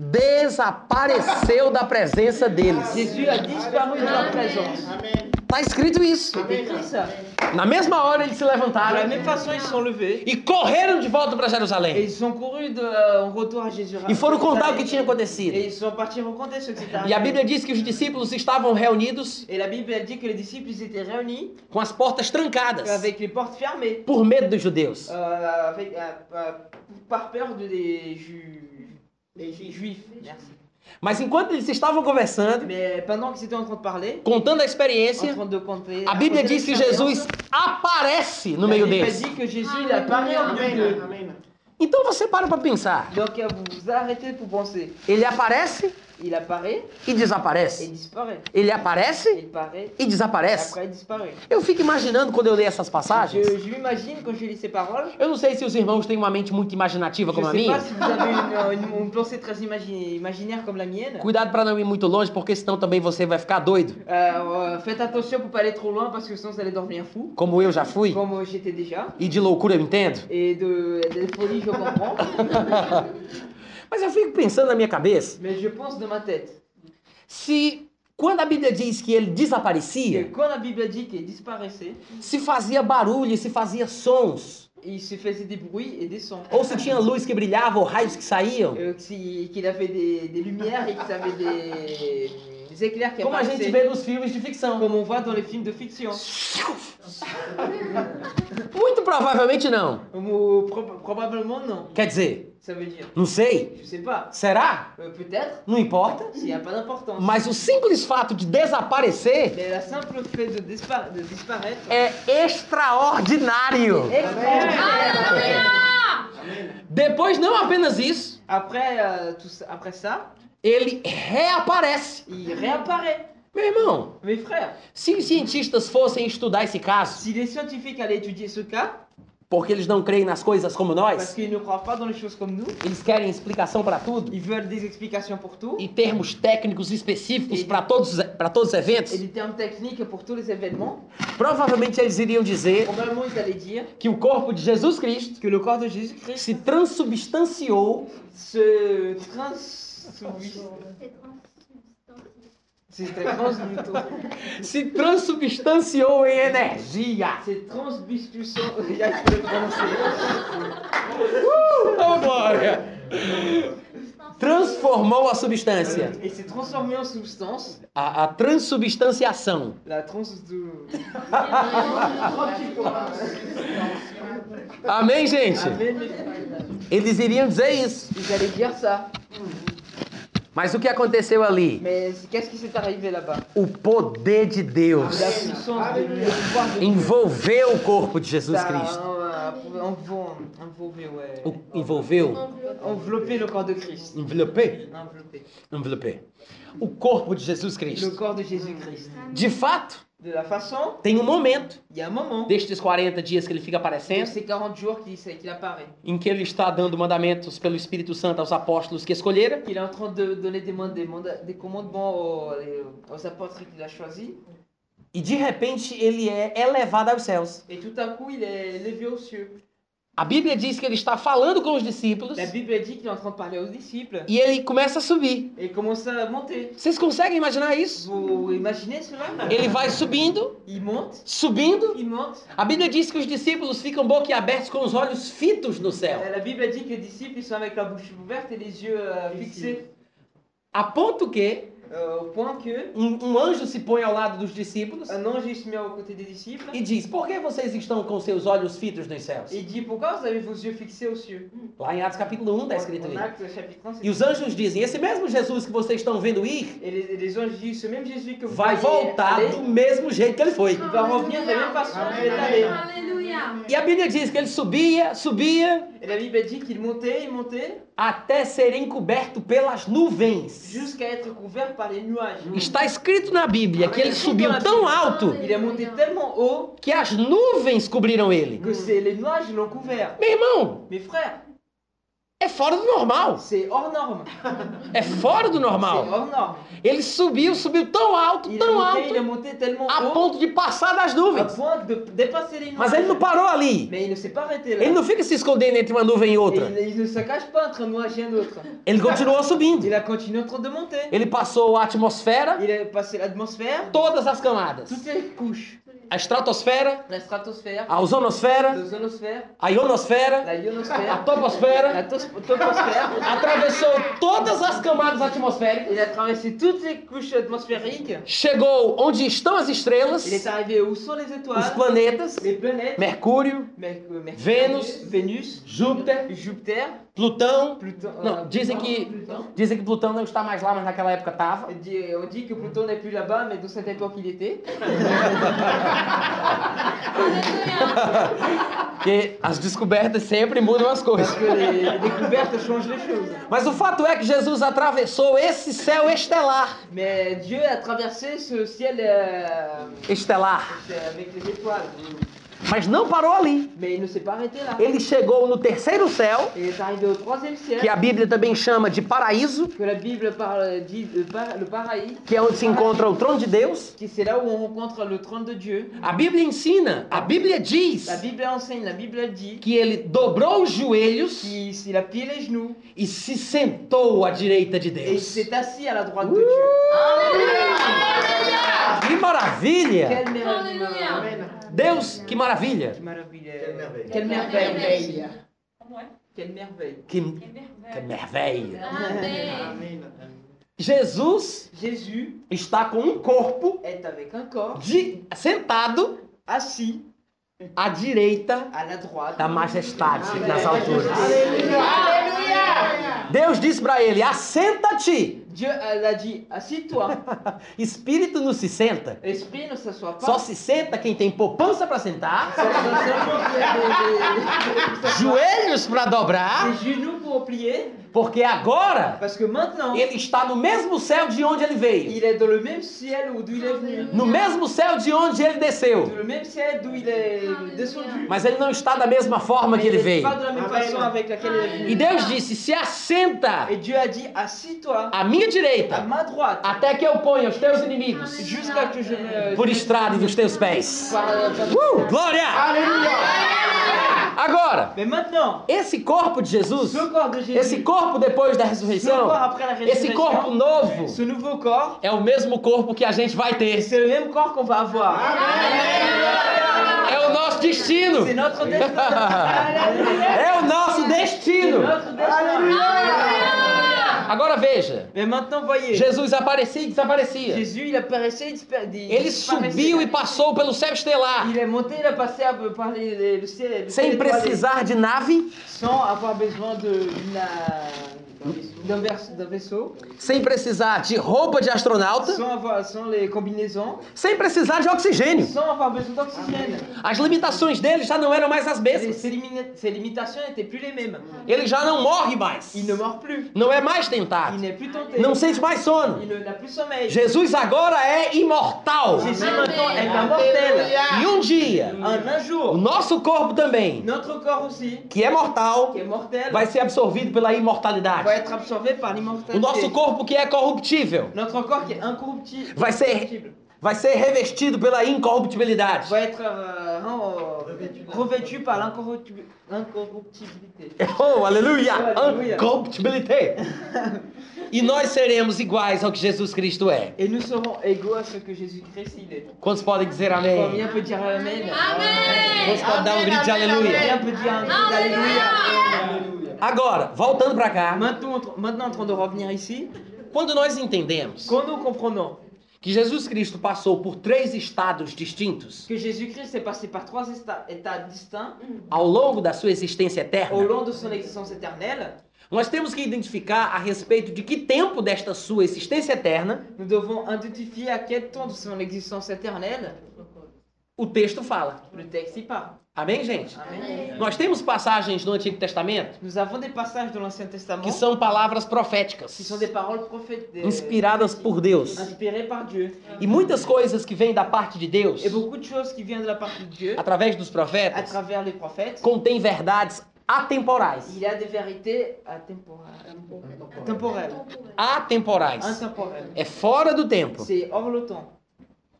S1: desapareceu da presença deles.
S2: Jésus a disparu de leur présence.
S4: Amém.
S1: Está escrito isso.
S2: C'est écrit ça.
S1: Na mesma hora eles se
S2: De la
S1: levantaram
S2: même façon, ils se sont levés
S1: e correram de volta para
S2: et
S1: Jerusalém
S2: ils sont courus de, euh, en retour à Jésus.
S1: e foram contar o que tinha acontecido.
S2: Et ils sont partis raconter ce qui s'était
S1: E a
S2: arrivé.
S1: Bíblia diz que os discípulos estavam reunidos
S2: Et la Bible elle dit que les disciples ils étaient réunis
S1: com as portas trancadas
S2: avec les portes fermées.
S1: por medo dos judeus.
S2: Euh, avec, euh, euh, par peur de des ju- des juifs. Merci.
S1: Mas enquanto eles estavam conversando,
S2: Mais pendant qu'ils étaient en train de parler,
S1: contando a
S2: en
S1: experiência,
S2: train de compter,
S1: a Bíblia
S2: raconter
S1: diz que
S2: l'expérience,
S1: Jesus aparece no
S2: la
S1: meio
S2: Bible
S1: deles.
S2: dit que Jésus il apparaît au milieu
S4: Amém.
S2: d'eux.
S4: Amém.
S1: Então você para para pensar.
S2: Donc euh, vous vous arrêtez pour penser.
S1: Ele aparece
S2: Il apparaît
S1: e
S2: et
S1: desaparece.
S2: disparaît.
S1: Ele aparece
S2: Il paraît
S1: e
S2: et
S1: desaparece.
S2: après il disparaît.
S1: Eu fico imaginando quando eu leio essas passagens.
S2: Je, je m'imagine quand je lis ces paroles.
S1: Eu não sei se os irmãos têm uma mente muito
S2: Je
S1: imaginativa como a
S2: sais pas
S1: minha.
S2: si vous avez une, euh, une- une pensée très imagi- imaginaire comme la mienne.
S1: Cuidado pra não ir muito longe, porque senão também você vai ficar doido,
S2: Euh, euh, faites attention pour pas aller trop loin parce que sinon vous allez devenir fou.
S1: como eu já fui.
S2: Comme euh, j'étais déjà.
S1: E de loucura eu entendo.
S2: Et de, de folie, je comprends.
S1: Mas eu fico pensando na minha cabeça
S2: Mais je pense de ma tête
S1: se quando a Bíblia diz que ele
S2: que
S1: desaparecia,
S2: quand la Bible dit qu'il disparaissait,
S1: se fazia barulho, se fazia sons,
S2: il se faisait des bruits et des sons.
S1: ou se tinha luz que brilhava ou raios que saíam.
S2: Euh, si- qu'il avait des, des lumières et qu'il avait des, des éclairs qui
S1: Como a gente
S2: apparaissaient.
S1: vê nos filmes de ficção.
S2: Comme on voit dans les films de fiction.
S1: Muito provavelmente não.
S2: Ou pro- probablement non.
S1: Quer dizer,
S2: Ça veut dire,
S1: não sei.
S2: je sais pas.
S1: Será?
S2: Euh, Peut-être,
S1: Não importa.
S2: s'il n'y a pas d'importance.
S1: Mas o simples fato de desaparecer
S2: Mais la simple fait de, dispa- de disparaître.
S1: Eh. é extraordinário.
S2: Extraordinaire.
S1: Depois, não apenas isso,
S2: Après, euh, tout ça, après ça,
S1: ele reaparece.
S2: il réapparaît.
S1: Meu irmão,
S2: Mes frères,
S1: se os cientistas fossem estudar esse caso,
S2: si les scientifiques allaient étudier ce cas,
S1: porque eles não creem nas coisas como
S2: parce
S1: nós,
S2: qu'ils ne croient pas dans les choses comme nous,
S1: eles querem explicação para tudo
S2: ils veulent des explications pour tout,
S1: e termos técnicos específicos para todos, para todos os eventos,
S2: et des termes techniques pour tous les événements,
S1: provavelmente eles iriam dizer
S2: probablement ils allaient dire
S1: que o corpo de Jesus Cristo
S2: que le corps de Jésus-Christ
S1: se transubstanciou
S2: se transubstancie. Se transmutou.
S1: Se transubstanciou em energia.
S2: Se transubstituição. Já escrevi pra você.
S1: Oh, glória! Transformou a substância.
S2: Et se transformer en substance.
S1: A, a transubstanciação.
S2: La trans do.
S1: Amém, gente?
S2: Amém.
S1: Eles iriam dizer isso.
S2: Ah, Ils allaient dire ça.
S1: Mas o que aconteceu ali?
S2: Mais qu'est-ce qui s'est arrivé là-bas
S1: O poder de Deus
S2: La puissance de Dieu, le pouvoir de Dieu.
S1: envolveu o corpo de Jesus
S2: Ça,
S1: Cristo.
S2: Bah, euh, envo- Envolver, ouais.
S1: O- envolveu?
S2: Envelopper le corps de Christ.
S1: Envelopé?
S2: Envelopper.
S1: Envelopé. O corpo de Jesus
S2: Le
S1: Cristo.
S2: corps de Jésus-Christ.
S1: De fato,
S2: De la façon,
S1: tem um momento
S2: il y a un moment.
S1: destes 40 dias que ele fica
S2: Dans
S1: aparecendo
S2: ces 40 jours qu'il s'est- qu'il apparaît.
S1: em que ele está dando mandamentos pelo Espírito Santo aos apóstolos que escolhera.
S2: Il est en train de donner des, mand- des, manda- des commandements aux, les- aux apôtres qu'il a choisis.
S1: E de repente ele é elevado aos céus.
S2: Et tout à coup, il est levé aux cieux.
S1: A Bíblia diz que ele está falando com os discípulos
S2: La Bible dit qu'il est en train de parler aux disciples.
S1: e ele começa a subir.
S2: Et il commence à monter.
S1: Vocês conseguem imaginar isso?
S2: Vous imaginez cela
S1: Ele vai subindo,
S2: Il monte,
S1: subindo.
S2: il monte.
S1: A Bíblia diz que os discípulos ficam boquiabertos com os olhos fitos no céu,
S2: La Bible dit que les disciples ils sont avec la bouche ouverte et les yeux euh, fixés.
S1: a ponto que
S2: Euh, au point que
S1: um, um anjo se põe ao lado dos discípulos
S2: un ange il se met aux côtés des disciples.
S1: e diz: Por que vocês estão com seus olhos fitos nos céus?
S2: Il dit Pourquoi vous avez vos yeux fixés aux cieux
S1: Lá em Atos capítulo 1 está escrito
S2: En- en
S1: isso.
S2: Actes, chapitre 1, c'est-
S1: E os anjos dizem: Esse mesmo Jesus que vocês estão vendo ir
S2: Et les, et les anges disent Ce même Jésus que vous
S1: vai é, Ah.
S2: voyez
S1: voltar
S2: aller,
S1: do mesmo jeito que ele foi.
S2: il va revenir de la même façon qu'il est allé.
S5: Alléluia.
S1: E a Bíblia diz que ele subia, subia,
S2: Et la Bible dit qu'il montait, il montait
S1: até ser encoberto pelas nuvens.
S2: jusqu'à être couvert par les nuages.
S1: Está escrito na Bíblia que ele subiu tão alto
S2: Il est monté tellement haut
S1: que as nuvens cobriram ele.
S2: que c'est les nuages l'ont couvert.
S1: Meu irmão,
S2: Mes frères,
S1: é fora do normal.
S2: c'est hors norme.
S1: É fora do
S2: C'est
S1: normal.
S2: hors norme.
S1: Ele subiu, subiu tão alto,
S2: Il est
S1: tão
S2: monté, il est
S1: alto,
S2: monté tellement
S1: a
S2: haut
S1: ponto de passar das
S2: à
S1: nuvens.
S2: point de dépasser les nuages.
S1: Mas ele não parou ali.
S2: Mais il ne s'est pas arrêté là.
S1: Ele não fica se escondendo entre uma nuvem e
S2: Et
S1: outra.
S2: il, il ne se cache pas entre un nuage et un autre.
S1: Ele continuou subindo.
S2: Il a continué en train de monter.
S1: Ele passou a atmosfera,
S2: Il a passé l'atmosphère,
S1: todas as camadas.
S2: toutes les couches.
S1: A estratosfera,
S2: La stratosphère,
S1: a ozonosfera,
S2: la zonosphère,
S1: a ionosfera,
S2: la
S1: a
S2: ionosphère,
S1: toposfera,
S2: la tos- toposphère.
S1: atravessou todas as camadas atmosféricas,
S2: Il a traversé toutes les couches atmosphériques.
S1: chegou onde estão as estrelas,
S2: Il est arrivé où sont les
S1: os
S2: étoiles,
S1: planetas,
S2: les planètes,
S1: Mercúrio,
S2: Merc- euh, Mercure,
S1: Vénus,
S2: Vénus,
S1: Júpiter,
S2: Jupiter,
S1: Plutão.
S2: Pluton. euh,
S1: Não, dizem que
S2: Pluton.
S1: dizem que Plutão não está mais lá, mas naquela época estava.
S2: On dit- On dit que Pluton n'est plus là-bas, mais dans cette époque il était.
S5: Alléluia.
S1: Porque as descobertas sempre mudam as coisas.
S2: Parce que les les découvertes changent les choses.
S1: Mas o fato é que Jesus atravessou esse céu estelar.
S2: Mais Dieu a traversé ce ciel euh,
S1: Estelar.
S2: c'est avec les étoiles.
S1: Mas não parou ali.
S2: Mais il ne s'est pas arrêté là.
S1: Ele chegou no terceiro céu,
S2: Il est arrivé au troisième
S1: que
S2: ciel,
S1: a Bíblia também chama de paraíso,
S2: que la Bible parle, dit le, par- le paradis,
S1: que é onde se encontra o trono de Deus.
S2: qui c'est là où on rencontre le trône de Dieu.
S1: A Bíblia ensina, a Bíblia diz
S2: La Bible enseigne, la Bible dit
S1: que ele dobrou os joelhos
S2: qu'il il a plié les genoux.
S1: e se sentou à direita de
S2: Et il
S1: Deus.
S2: s'est assis à la droite de Dieu.
S1: Que maravilha!
S2: Quelle merveille.
S5: Alléluia.
S1: Deus, que maravilha!
S2: Quelle merveille.
S4: Quelle merveille.
S2: Quelle merveille. Quelle merveille.
S1: Que, que merveilha!
S5: Amen.
S4: Amém, Natália.
S1: Jesus
S2: Jésus
S1: está com um corpo
S2: est avec un corps
S1: de, sentado
S2: assis
S1: à direita
S2: à la droite.
S1: da majestade nas alturas.
S3: Aleluia!
S1: Deus disse para ele: assenta-te.
S2: Dieu elle a dit assis-toi.
S1: Espírito não se senta.
S2: Esprit ne s'assoit pas.
S1: Só se senta quem tem poupança para sentar,
S2: Ça- ça- ça-
S1: joelhos para
S2: Les
S1: dobrar,
S2: genoux pour plier.
S1: porque agora
S2: Parce que maintenant,
S1: ele está no mesmo céu de onde ele veio,
S2: il est dans le même ciel où d'où il est venu.
S1: no mesmo céu de onde ele
S2: Dans
S1: desceu,
S2: le même ciel d'où il est descendu.
S1: mas ele não está da mesma forma que ele
S2: Mais il est
S1: veio.
S2: pas de la même façon avec laquelle il est
S1: E
S2: venu.
S1: Deus disse: se assenta
S2: Et Dieu a dit assis-toi
S1: à minha
S2: à
S1: direita,
S2: ma droite.
S1: até que eu ponha os teus inimigos
S2: Jusqu'à que je me.
S1: por estrada dos teus pés.
S2: Par- par-
S1: Uh, glória!
S4: Aleluia!
S1: Agora,
S2: Mais maintenant,
S1: esse corpo de Jesus,
S2: ce corps de Jésus,
S1: esse corpo depois da
S2: ce corps
S1: ressurreição,
S2: après la résurrection,
S1: esse corpo novo,
S2: ce nouveau corps,
S1: é o mesmo corpo que a gente vai
S2: et
S1: ter.
S2: c'est le même corps qu'on va avoir.
S1: É o nosso destino.
S2: C'est notre destin.
S1: É o nosso
S2: C'est
S1: destino.
S2: notre destin.
S1: Agora veja,
S2: Mais maintenant, voyez,
S1: Jesus aparecia e desaparecia.
S2: Jésus, il apparaissait, il dispara- il
S1: Ele
S2: disparaissait.
S1: subiu e passou pelo céu estelar,
S2: Il est monté, il a passé à- par les- les- le ciel, le ciel
S1: sem
S2: étoilé,
S1: precisar de nave,
S2: sans avoir besoin de- d'une- d'un vers- d'un vaisseau,
S1: sem precisar de roupa de astronauta,
S2: sans avoir sans les combinaisons,
S1: sem precisar de oxigênio.
S2: sans avoir besoin d'oxygène.
S1: As limitações dele já não eram mais as
S2: Ses,
S1: mesmas.
S2: ses limina- ses limitations n'étaient plus les mêmes.
S1: Ele já não morre mais.
S2: Il ne mord plus.
S1: Não é mais
S2: Il
S1: tentado.
S2: n'est plus tenté.
S1: Não sente mais sono.
S2: Il ne- n'a plus sommeil.
S1: Jesus agora é imortal.
S2: Jésus
S6: Amen.
S2: maintenant est immortel.
S1: E um dia,
S2: En un
S1: o
S2: jour,
S1: nosso corpo também,
S2: notre corps aussi,
S1: que é mortal,
S2: qui est mortel,
S1: vai ser absorvido pela imortalidade.
S2: va être absorbé par
S1: O nosso
S2: l'immortalité.
S1: corpo que é corruptível
S2: Notre corps qui est incorruptible
S1: Vai ser-
S2: incorruptible,
S1: vai ser revestido pela incorruptibilidade.
S2: va être euh, hein, euh, revêtu par l'incorruptibi- l'incorruptibilité.
S1: Oh, aleluia!
S2: Aleluia.
S1: Incorruptibilité! E nós seremos iguais ao que Jesus Cristo é.
S2: Et nous serons égaux à ce que Jésus-Christ il est.
S1: Quantos podem dizer amém?
S2: Combien peut dire Amen
S1: Quantos podem dar um grito de aleluia?
S2: Combien peut dire un-
S4: Aleluia.
S1: Agora, voltando pra cá,
S2: Maintenant, on- maintenant, en train de revenir ici,
S1: quando nós entendemos
S2: quand nous comprenons
S1: que Jesus Cristo passou por três estados distintos
S2: que Jésus-Christ est passé par trois états, états distincts
S1: ao longo da sua existência
S2: au
S1: eterna,
S2: long de son existence éternelle,
S1: nós temos que identificar a respeito de que tempo desta sua existência eterna
S2: nous devons identifier à quel temps de son existence éternelle
S1: o texto fala.
S2: le texte y parle.
S1: Amém, gente?
S2: Amen.
S1: Nós temos passagens no Antigo Testamento
S2: Nous avons des passages de l'Ancien Testament
S1: que são palavras proféticas,
S2: qui sont des paroles prophètes, des-
S1: inspiradas por Deus.
S2: inspirées par Dieu.
S1: E muitas coisas que vêm da parte de Deus,
S2: Et beaucoup de choses qui viennent de la part de Dieu,
S1: através dos
S2: à
S1: profetas,
S2: travers les prophètes,
S1: contém verdades atemporais.
S2: il y a des vérités atemporales, temporelles,
S1: Atemporais.
S2: intemporelles.
S1: É fora do tempo.
S2: C'est hors le temps.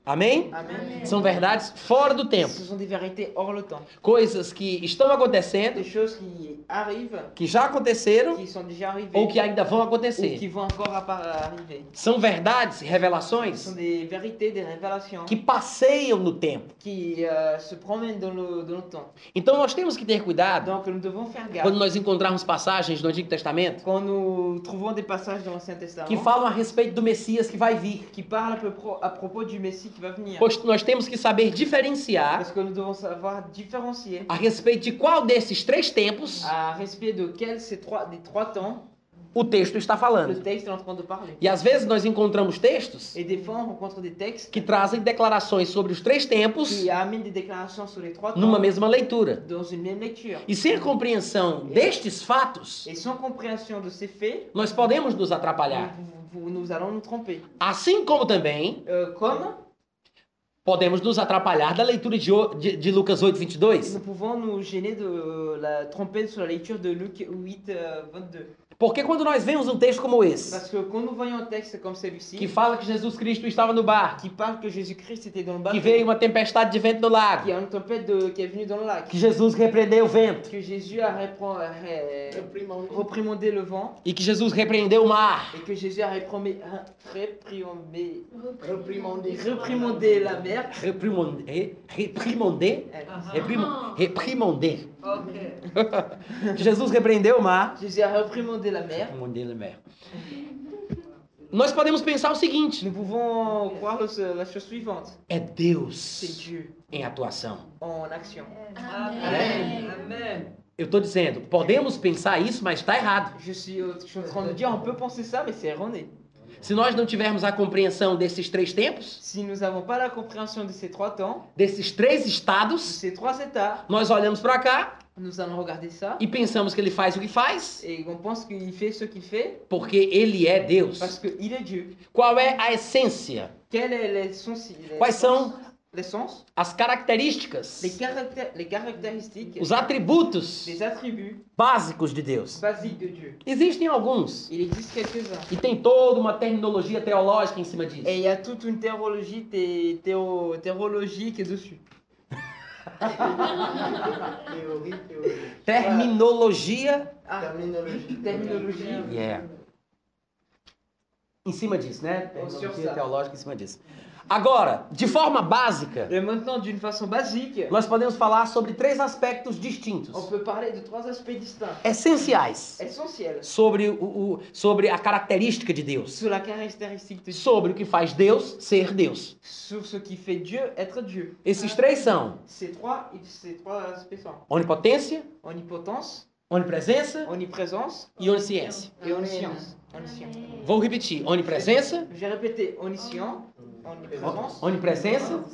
S1: Amém?
S2: Amen.
S1: São verdades fora do tempo.
S2: Ce sont des vérités hors le temps.
S1: Coisas que estão acontecendo,
S2: Des choses qui arrivent,
S1: que já aconteceram
S2: qui sont déjà arrivées,
S1: ou que
S2: ou
S1: ainda vão
S2: qui
S1: acontecer.
S2: vont encore appara- arriver.
S1: São verdades e
S2: Ce sont
S1: revelações
S2: des vérités, des révélations
S1: que passeiam no tempo.
S2: qui euh, se promènent dans le, dans le temps.
S1: Então nós temos que ter cuidado
S2: Donc nous devons faire
S1: quando
S2: gaffe.
S1: nós encontrarmos passagens no Antigo Testamento
S2: Quand nous trouvons des passages dans l'Ancien
S1: que
S2: Testament
S1: falam a respeito do Messias que vai vir.
S2: qui parlent à, peu pro- à propos du Messie qui va venir,
S1: Pois nós temos que saber diferenciar
S2: parce que nous devons savoir différencier
S1: a respeito de qual desses três tempos
S2: à respect de quel ces trois, des trois temps
S1: o texto está
S2: le
S1: falando.
S2: texte est en train de parler.
S1: E às vezes nós encontramos textos
S2: Et des fois, on rencontre des textes
S1: que trazem declarações sobre os três tempos
S2: qui amènent des déclarations sur les trois temps
S1: numa mesma leitura.
S2: dans une même lecture.
S1: E sem a compreensão destes fatos,
S2: Et sans compréhension de ces faits,
S1: nós podemos nos
S2: nous,
S1: atrapalhar.
S2: vous- nous allons nous tromper.
S1: Assim como também
S2: Euh, comme
S1: podemos nos atrapalhar da leitura de, o- de, de Lucas 8, 22.
S2: nous pouvons nous gêner de la tromper sur la lecture de Luc 8, euh, 22.
S1: Porque quando nós vemos um texto como esse,
S2: Parce que quand nous voyons un texte comme celui-ci,
S1: que fala que Jesus Cristo estava no barco,
S2: qui parle que Jésus-Christ était dans le
S1: que
S2: bateau,
S1: veio uma tempestade de vento no
S2: qu'il y
S1: lago,
S2: a une tempête de- qui est venue dans le lac,
S1: que Jesus repreendeu o vento,
S2: que Jésus a répro- a ré- reprimandé le vent
S1: e que Jesus repreendeu o mar,
S2: et que Jésus a réprimé- a réprimandé,
S4: Reprimandé.
S2: réprimandé la mer.
S1: reprimandé, reprimandé,
S2: Euh,
S1: reprim- reprimandé.
S7: Ok.
S1: Que Jesus repreendeu o mar,
S2: Jésus a reprimandé la mer.
S1: reprimandé o mar. Nós podemos pensar o seguinte:
S2: Nous pouvons croire le- la chose suivante
S1: é
S2: c'est
S1: Deus
S2: Dieu
S1: em atuação.
S2: en action.
S6: Amém.
S4: Amém.
S1: Eu estou dizendo, podemos pensar isso, mas está errado.
S2: Je suis, au- je suis en train de dire on peut penser ça, mais c'est erroné.
S1: Se nós não tivermos a compreensão desses três tempos,
S2: Si nous n'avons pas la compréhension de ces trois temps,
S1: desses três
S2: de
S1: estados,
S2: ces trois états,
S1: nós olhamos para cá
S2: nous allons regarder ça
S1: e pensamos que ele faz o que faz,
S2: et on pense qu'il fait ce qu'il fait
S1: porque ele é Deus.
S2: parce qu'il est Dieu.
S1: Qual é a essência?
S2: Quel est l'essence les
S1: Quais são
S2: l'essence,
S1: as características,
S2: les, caractér- les caractéristiques,
S1: os atributos
S2: les attributs
S1: básicos de Deus?
S2: basiques de Dieu.
S1: Existem alguns
S2: Il existe quelques-uns.
S1: e tem toda uma terminologia teológica em cima disso.
S2: Et il y a toute une théologie, thé- théo- théologie qui est dessus.
S4: Teoria, teoria.
S1: Terminologia
S2: Ah.
S4: Terminologia.
S2: Terminologia.
S1: Yeah. em cima disso,
S8: O
S1: né?
S8: senhor
S1: Terminologia
S8: sabe.
S1: teológica em cima disso. Agora, de forma básica,
S2: Et maintenant, d'une façon basique,
S1: nós podemos falar sobre três aspectos
S2: on
S1: distintos,
S2: peut parler de trois aspects distincts,
S1: essenciais,
S2: essentiels,
S1: sobre, o, o- sobre a característica de Deus,
S2: sur la caractéristique de Dieu,
S1: sobre o que faz Deus ser Deus.
S2: sur ce qui fait Dieu être Dieu.
S1: Esses três são
S2: Ces trois, ils- ces trois aspects sont
S1: onipotência,
S2: omnipotence,
S1: onipresença
S2: omniprésence
S1: e onisciência.
S2: et omniscience. Omniscient.
S6: Amém.
S1: Vou repetir: onipresença,
S2: J'ai répété omniscient, omniprésence,
S1: onipresença,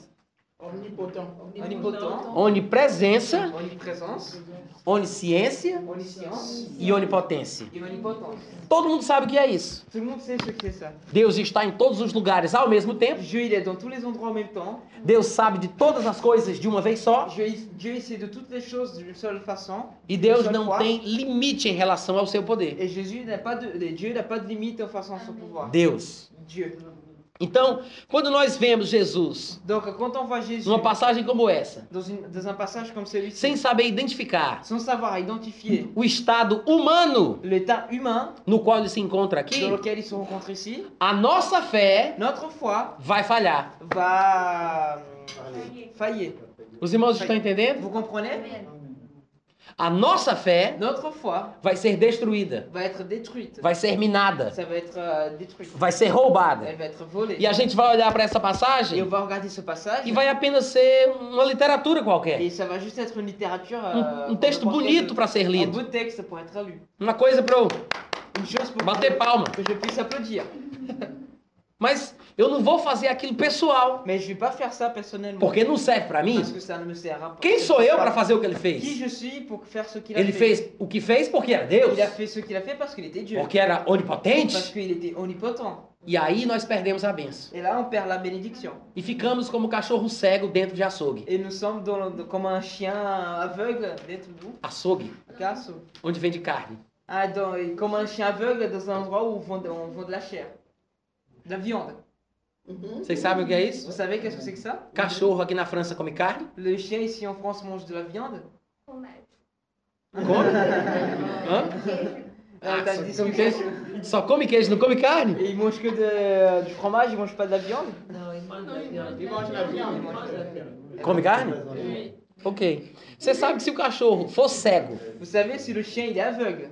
S8: Omnipotent.
S2: omnipotent,
S1: onipresença,
S2: omniprésence,
S1: onisciência
S2: omniscience
S1: e onipotência.
S2: et omnipotence.
S1: Todo mundo sabe o que é isso.
S2: Tout le monde sait ce que c'est ça.
S1: Deus está em todos os lugares ao mesmo tempo.
S2: Dieu, il est dans tous les endroits en même temps.
S1: Deus sabe de todas as coisas de uma vez só.
S2: Dieu, il- Dieu il sait de toutes les choses d'une seule façon.
S1: E Deus não tem limite em relação ao seu poder.
S2: Et Jésus n'a pas de, et Dieu n'a pas de limite en façon à son pouvoir.
S1: Deus.
S2: Dieu.
S1: Então, quando nós vemos Jesus
S2: Donc quand on voit Jésus
S1: numa passagem como essa,
S2: dans, une- dans un passage comme celui-ci,
S1: sem saber identificar
S2: sans savoir identifier
S1: o estado humano
S2: l'état humain
S1: no qual ele se encontra aqui,
S2: dans lequel ils se rencontrent ici,
S1: a nossa fé
S2: notre foi
S1: vai falhar.
S2: va
S4: Falei.
S2: euh, faillir.
S1: Os irmãos estão entendendo?
S2: Vous comprenez
S6: Amém.
S1: A nossa fé
S2: Notre foi
S1: vai ser destruída,
S2: va être détruite.
S1: vai ser minada,
S2: Ça va être euh, détruit.
S1: vai ser roubada.
S2: Elle va être volée.
S1: E a gente vai olhar para essa
S2: Et on
S1: passagem
S2: va regarder ce passage.
S1: e vai apenas ser uma literatura qualquer.
S2: Et ça va juste être une littérature. euh,
S1: Um, um texto
S2: reportée
S1: bonito
S2: de-
S1: para ser
S2: Un
S1: lido.
S2: beau texte pour être lu.
S1: Uma coisa para eu
S2: Une chose pour
S1: bater palma.
S2: que je puisse applaudir.
S1: Mas eu não vou fazer aquilo pessoal,
S2: Mais je vais pas faire ça personnellement.
S1: porque não serve para mim.
S2: Parce que ça ne me sert à
S1: Quem sou eu para fazer o que ele
S2: Qui
S1: fez?
S2: je suis pour faire ce qu'il a
S1: Ele
S2: fait
S1: fez o que fez porque era Deus,
S2: Il a fait ce qu'il a fait parce qu'il était Dieu.
S1: porque era
S2: Parce
S1: onipotente,
S2: qu'il était omnipotent.
S1: e aí nós perdemos a benção.
S2: Et là, on perd la bénédiction.
S1: E ficamos como cachorro cego dentro de açougue.
S2: Et nous sommes dans le- comme un chien aveugle d'être nous,
S1: Açougue,
S2: casse.
S1: onde vende carne.
S2: Ah, dans- et comme un chien aveugle dans un endroit où on vend, on vend de la chair. De la viande.
S1: Vocês sabem o que é isso?
S2: Vous savez qu'est-ce que c'est que ça
S1: Cachorro aqui na França come carne,
S2: Le chien ici en France mange de la viande
S1: come, hã?
S2: Ah,
S1: ça
S2: t'as
S1: me
S2: dit ce que
S1: fait- só come é um queijo, não come carne.
S2: Et il mange que de- du fromage, il mange pas de la viande
S8: Não, ele manda
S6: Ele manda na
S2: vida, ele manda na
S4: Terminologia.
S1: Come carne? Ok. Você sabe que se o cachorro for cego
S2: Vous savez, si le chien il est aveugle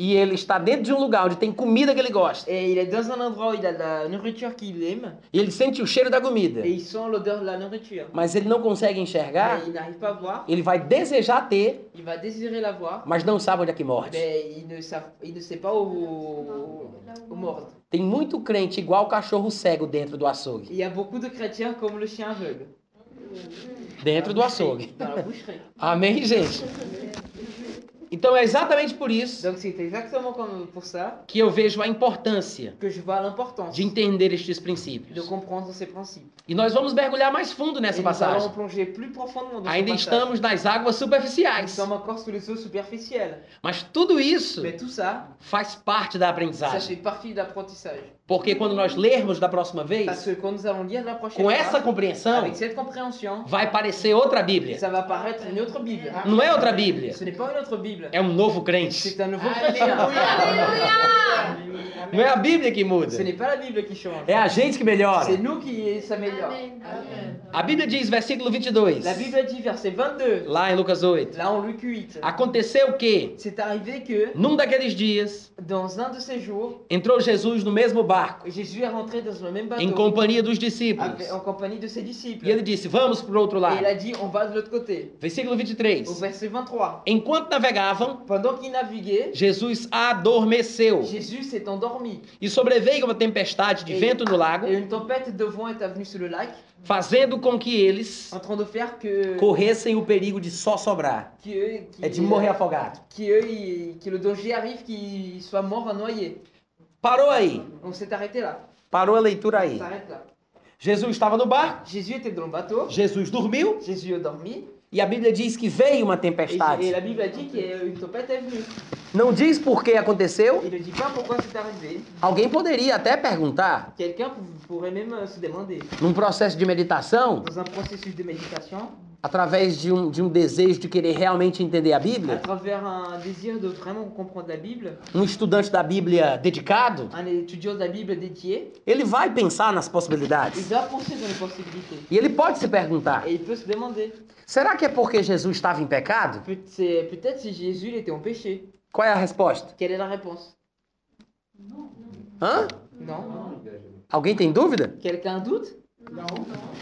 S1: e ele está dentro de um lugar onde tem comida que ele gosta,
S2: et il est dans un endroit où il a de la nourriture qu'il aime
S1: e ele sente o cheiro da comida,
S2: et il sent l'odeur de la nourriture,
S1: mas ele não consegue enxergar,
S2: mais il n'arrive pas à voir,
S1: ele vai desejar ter,
S2: il va désirer la voir,
S1: mas não sabe onde é que morde.
S2: mais il ne, sav- il ne sait pas où, où mordre.
S1: Tem muito crente igual o cachorro cego dentro do açougue.
S2: Il y a beaucoup de chrétiens comme le chien aveugle
S1: Dentro do açougue.
S2: dans la boucherie.
S1: Amém, gente? Então é exatamente por isso
S2: Donc c'est exactement comme pour ça
S1: que eu vejo a importância
S2: que je vois l'importance
S1: de entender estes
S2: de
S1: princípios.
S2: comprendre ces principes.
S1: E nós vamos mergulhar mais fundo
S2: Et
S1: nessa
S2: nous allons
S1: passagem.
S2: plonger plus profondément dans ce
S1: Ainda
S2: passage.
S1: estamos nas águas
S2: Nous
S1: superficiais,
S2: sommes encore sous les eaux superficielles.
S1: mas tudo isso
S2: Mais tout ça,
S1: faz parte da
S2: ça
S1: aprendizagem.
S2: fait partie de l'apprentissage.
S1: Porque quando nós lermos da próxima
S2: Parce
S1: vez,
S2: que quand nous allons lire la prochaine
S1: com
S2: fois,
S1: essa compreensão,
S2: avec cette compréhension,
S1: vai parecer outra Bíblia.
S2: ça va paraître une autre Bible. Hein.
S1: Não é outra Bíblia,
S2: Ce n'est pas une autre Bible,
S1: é um novo crente.
S2: c'est un nouveau chrétien.
S1: Não é a Bíblia que muda,
S2: Ce n'est pas la Bible qui change,
S1: é a gente que melhora.
S2: c'est nous qui s'améliorons.
S1: A Bíblia diz, versículo 22,
S2: La Bible dit, verset 22,
S1: lá em Lucas 8:
S2: là en Luc 8,
S1: Ah. Aconteceu que,
S2: c'est arrivé que
S1: num daqueles dias,
S2: dans un de ces jours,
S1: entrou Jesus no mesmo barco,
S2: Jésus est rentré dans le même
S1: em
S2: bateau
S1: companhia dos discípulos.
S2: avec- en compagnie de ses
S1: E
S2: disciples.
S1: ele disse: Vamos para o outro
S2: Et
S1: lado.
S2: il a dit, on va de l'autre côté.
S1: Versículo
S2: Au
S1: 23.
S2: verset 23,
S1: Enquanto navegavam,
S2: pendant qu'il naviguait,
S1: Jesus adormeceu
S2: Jésus s'est endormi
S1: e sobreveio uma tempestade de
S2: E-
S1: vento no lago,
S2: et une tempête de vent est venue sur le lac
S1: fazendo com que eles
S2: en train de faire que
S1: corressem o perigo de só sobrar.
S2: que eux- qui-
S1: É de morrer afogado.
S2: qui eux, ils- que le danger arrive qu'ils soient morts noyés.
S1: Parou aí.
S2: On s'est arrêté là.
S1: Parou a leitura
S2: On
S1: aí.
S2: s'arrête là.
S1: Jesus estava no barco,
S2: Jésus était dans le bateau.
S1: Jesus dormiu
S2: Jésus a dormi.
S1: e a Bíblia diz que veio uma
S2: Et, et
S1: tempestade.
S2: la Bible a dit qu'une tempête est venue.
S1: Não diz por que aconteceu.
S2: Il ne dit pas pourquoi c'est arrivé.
S1: Alguém poderia até perguntar,
S2: Quelqu'un pou- pourrait même euh, se demander.
S1: num processo de meditação,
S2: Dans un processus de méditation,
S1: através de um, de um desejo de querer realmente entender a
S2: à
S1: Bíblia?
S2: travers un désir de vraiment comprendre la Bible,
S1: Um estudante da Bíblia dedicado,
S2: un étudiant de la Bible dédié,
S1: ele vai pensar nas possibilidades.
S2: il doit penser dans les possibilités.
S1: E ele pode se perguntar:
S2: Et il peut se demander,
S1: será que é porque Jesus estava em pecado?
S2: peut- c'est peut-être si Jésus il était en péché,
S1: Qual é a resposta?
S2: quelle est la réponse
S1: Hã?
S2: Non
S1: Alguém tem dúvida?
S2: Quelqu'un doute
S9: Não,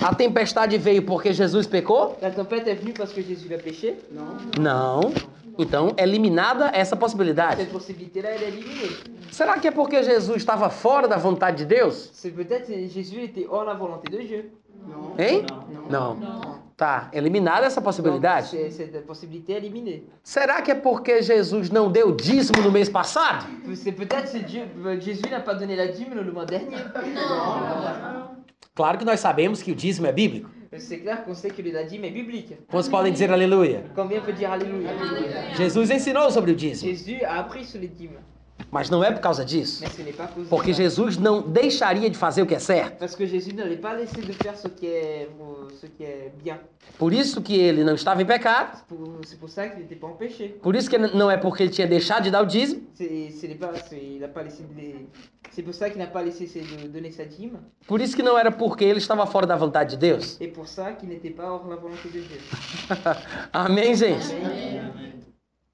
S1: A tempestade veio porque Jesus pecou?
S2: La tempête est venue parce que Jésus a péché
S4: Não.
S1: Não. Então, é eliminada essa possibilidade.
S2: Cette possibilité-là, elle est éliminée.
S1: Será que é porque Jesus estava fora da vontade de Deus?
S2: C'est peut-être que Jésus était hors la volonté de Dieu.
S4: Não.
S1: Hein? Não.
S6: Não.
S1: Tá, eliminada essa
S2: Donc,
S1: possibilidade.
S2: c'est- Cette possibilité est éliminée.
S1: Será que é porque Jesus não deu dízimo no mês passado?
S2: C'est peut-être que Dieu, euh, Jésus n'a pas donné la dîme le mois dernier.
S1: Claro que nós sabemos que o dízimo é bíblico.
S2: C'est clair qu'on sait que la dîme est biblique.
S1: Quantos podem dizer aleluia?
S2: Combien peut dire Alléluia
S1: Jesus ensinou sobre o dízimo,
S2: Jésus a appris sur les dîmes,
S1: mas não é por causa disso.
S2: mais ce n'est pas possible.
S1: Porque Jesus não deixaria de fazer o que é certo.
S2: Parce que Jésus n'avait pas laissé de faire ce qui est, euh, ce qui est bien.
S1: Por isso que ele não estava em pecado,
S2: C'est pour, c'est pour ça qu'il n'était pas empêché.
S1: por isso que ele- não é porque ele tinha deixado de dar o dízimo,
S2: C'est ce n'est pas, c'est- il a pas laissé de les- C'est pour ça qu'il n'a pas laissé c'est de donner sa dîme.
S1: Por isso que não era porque ele estava fora da vontade de Deus.
S2: Et pour ça qu'il n'était pas hors la volonté de Dieu.
S1: Amém, gente?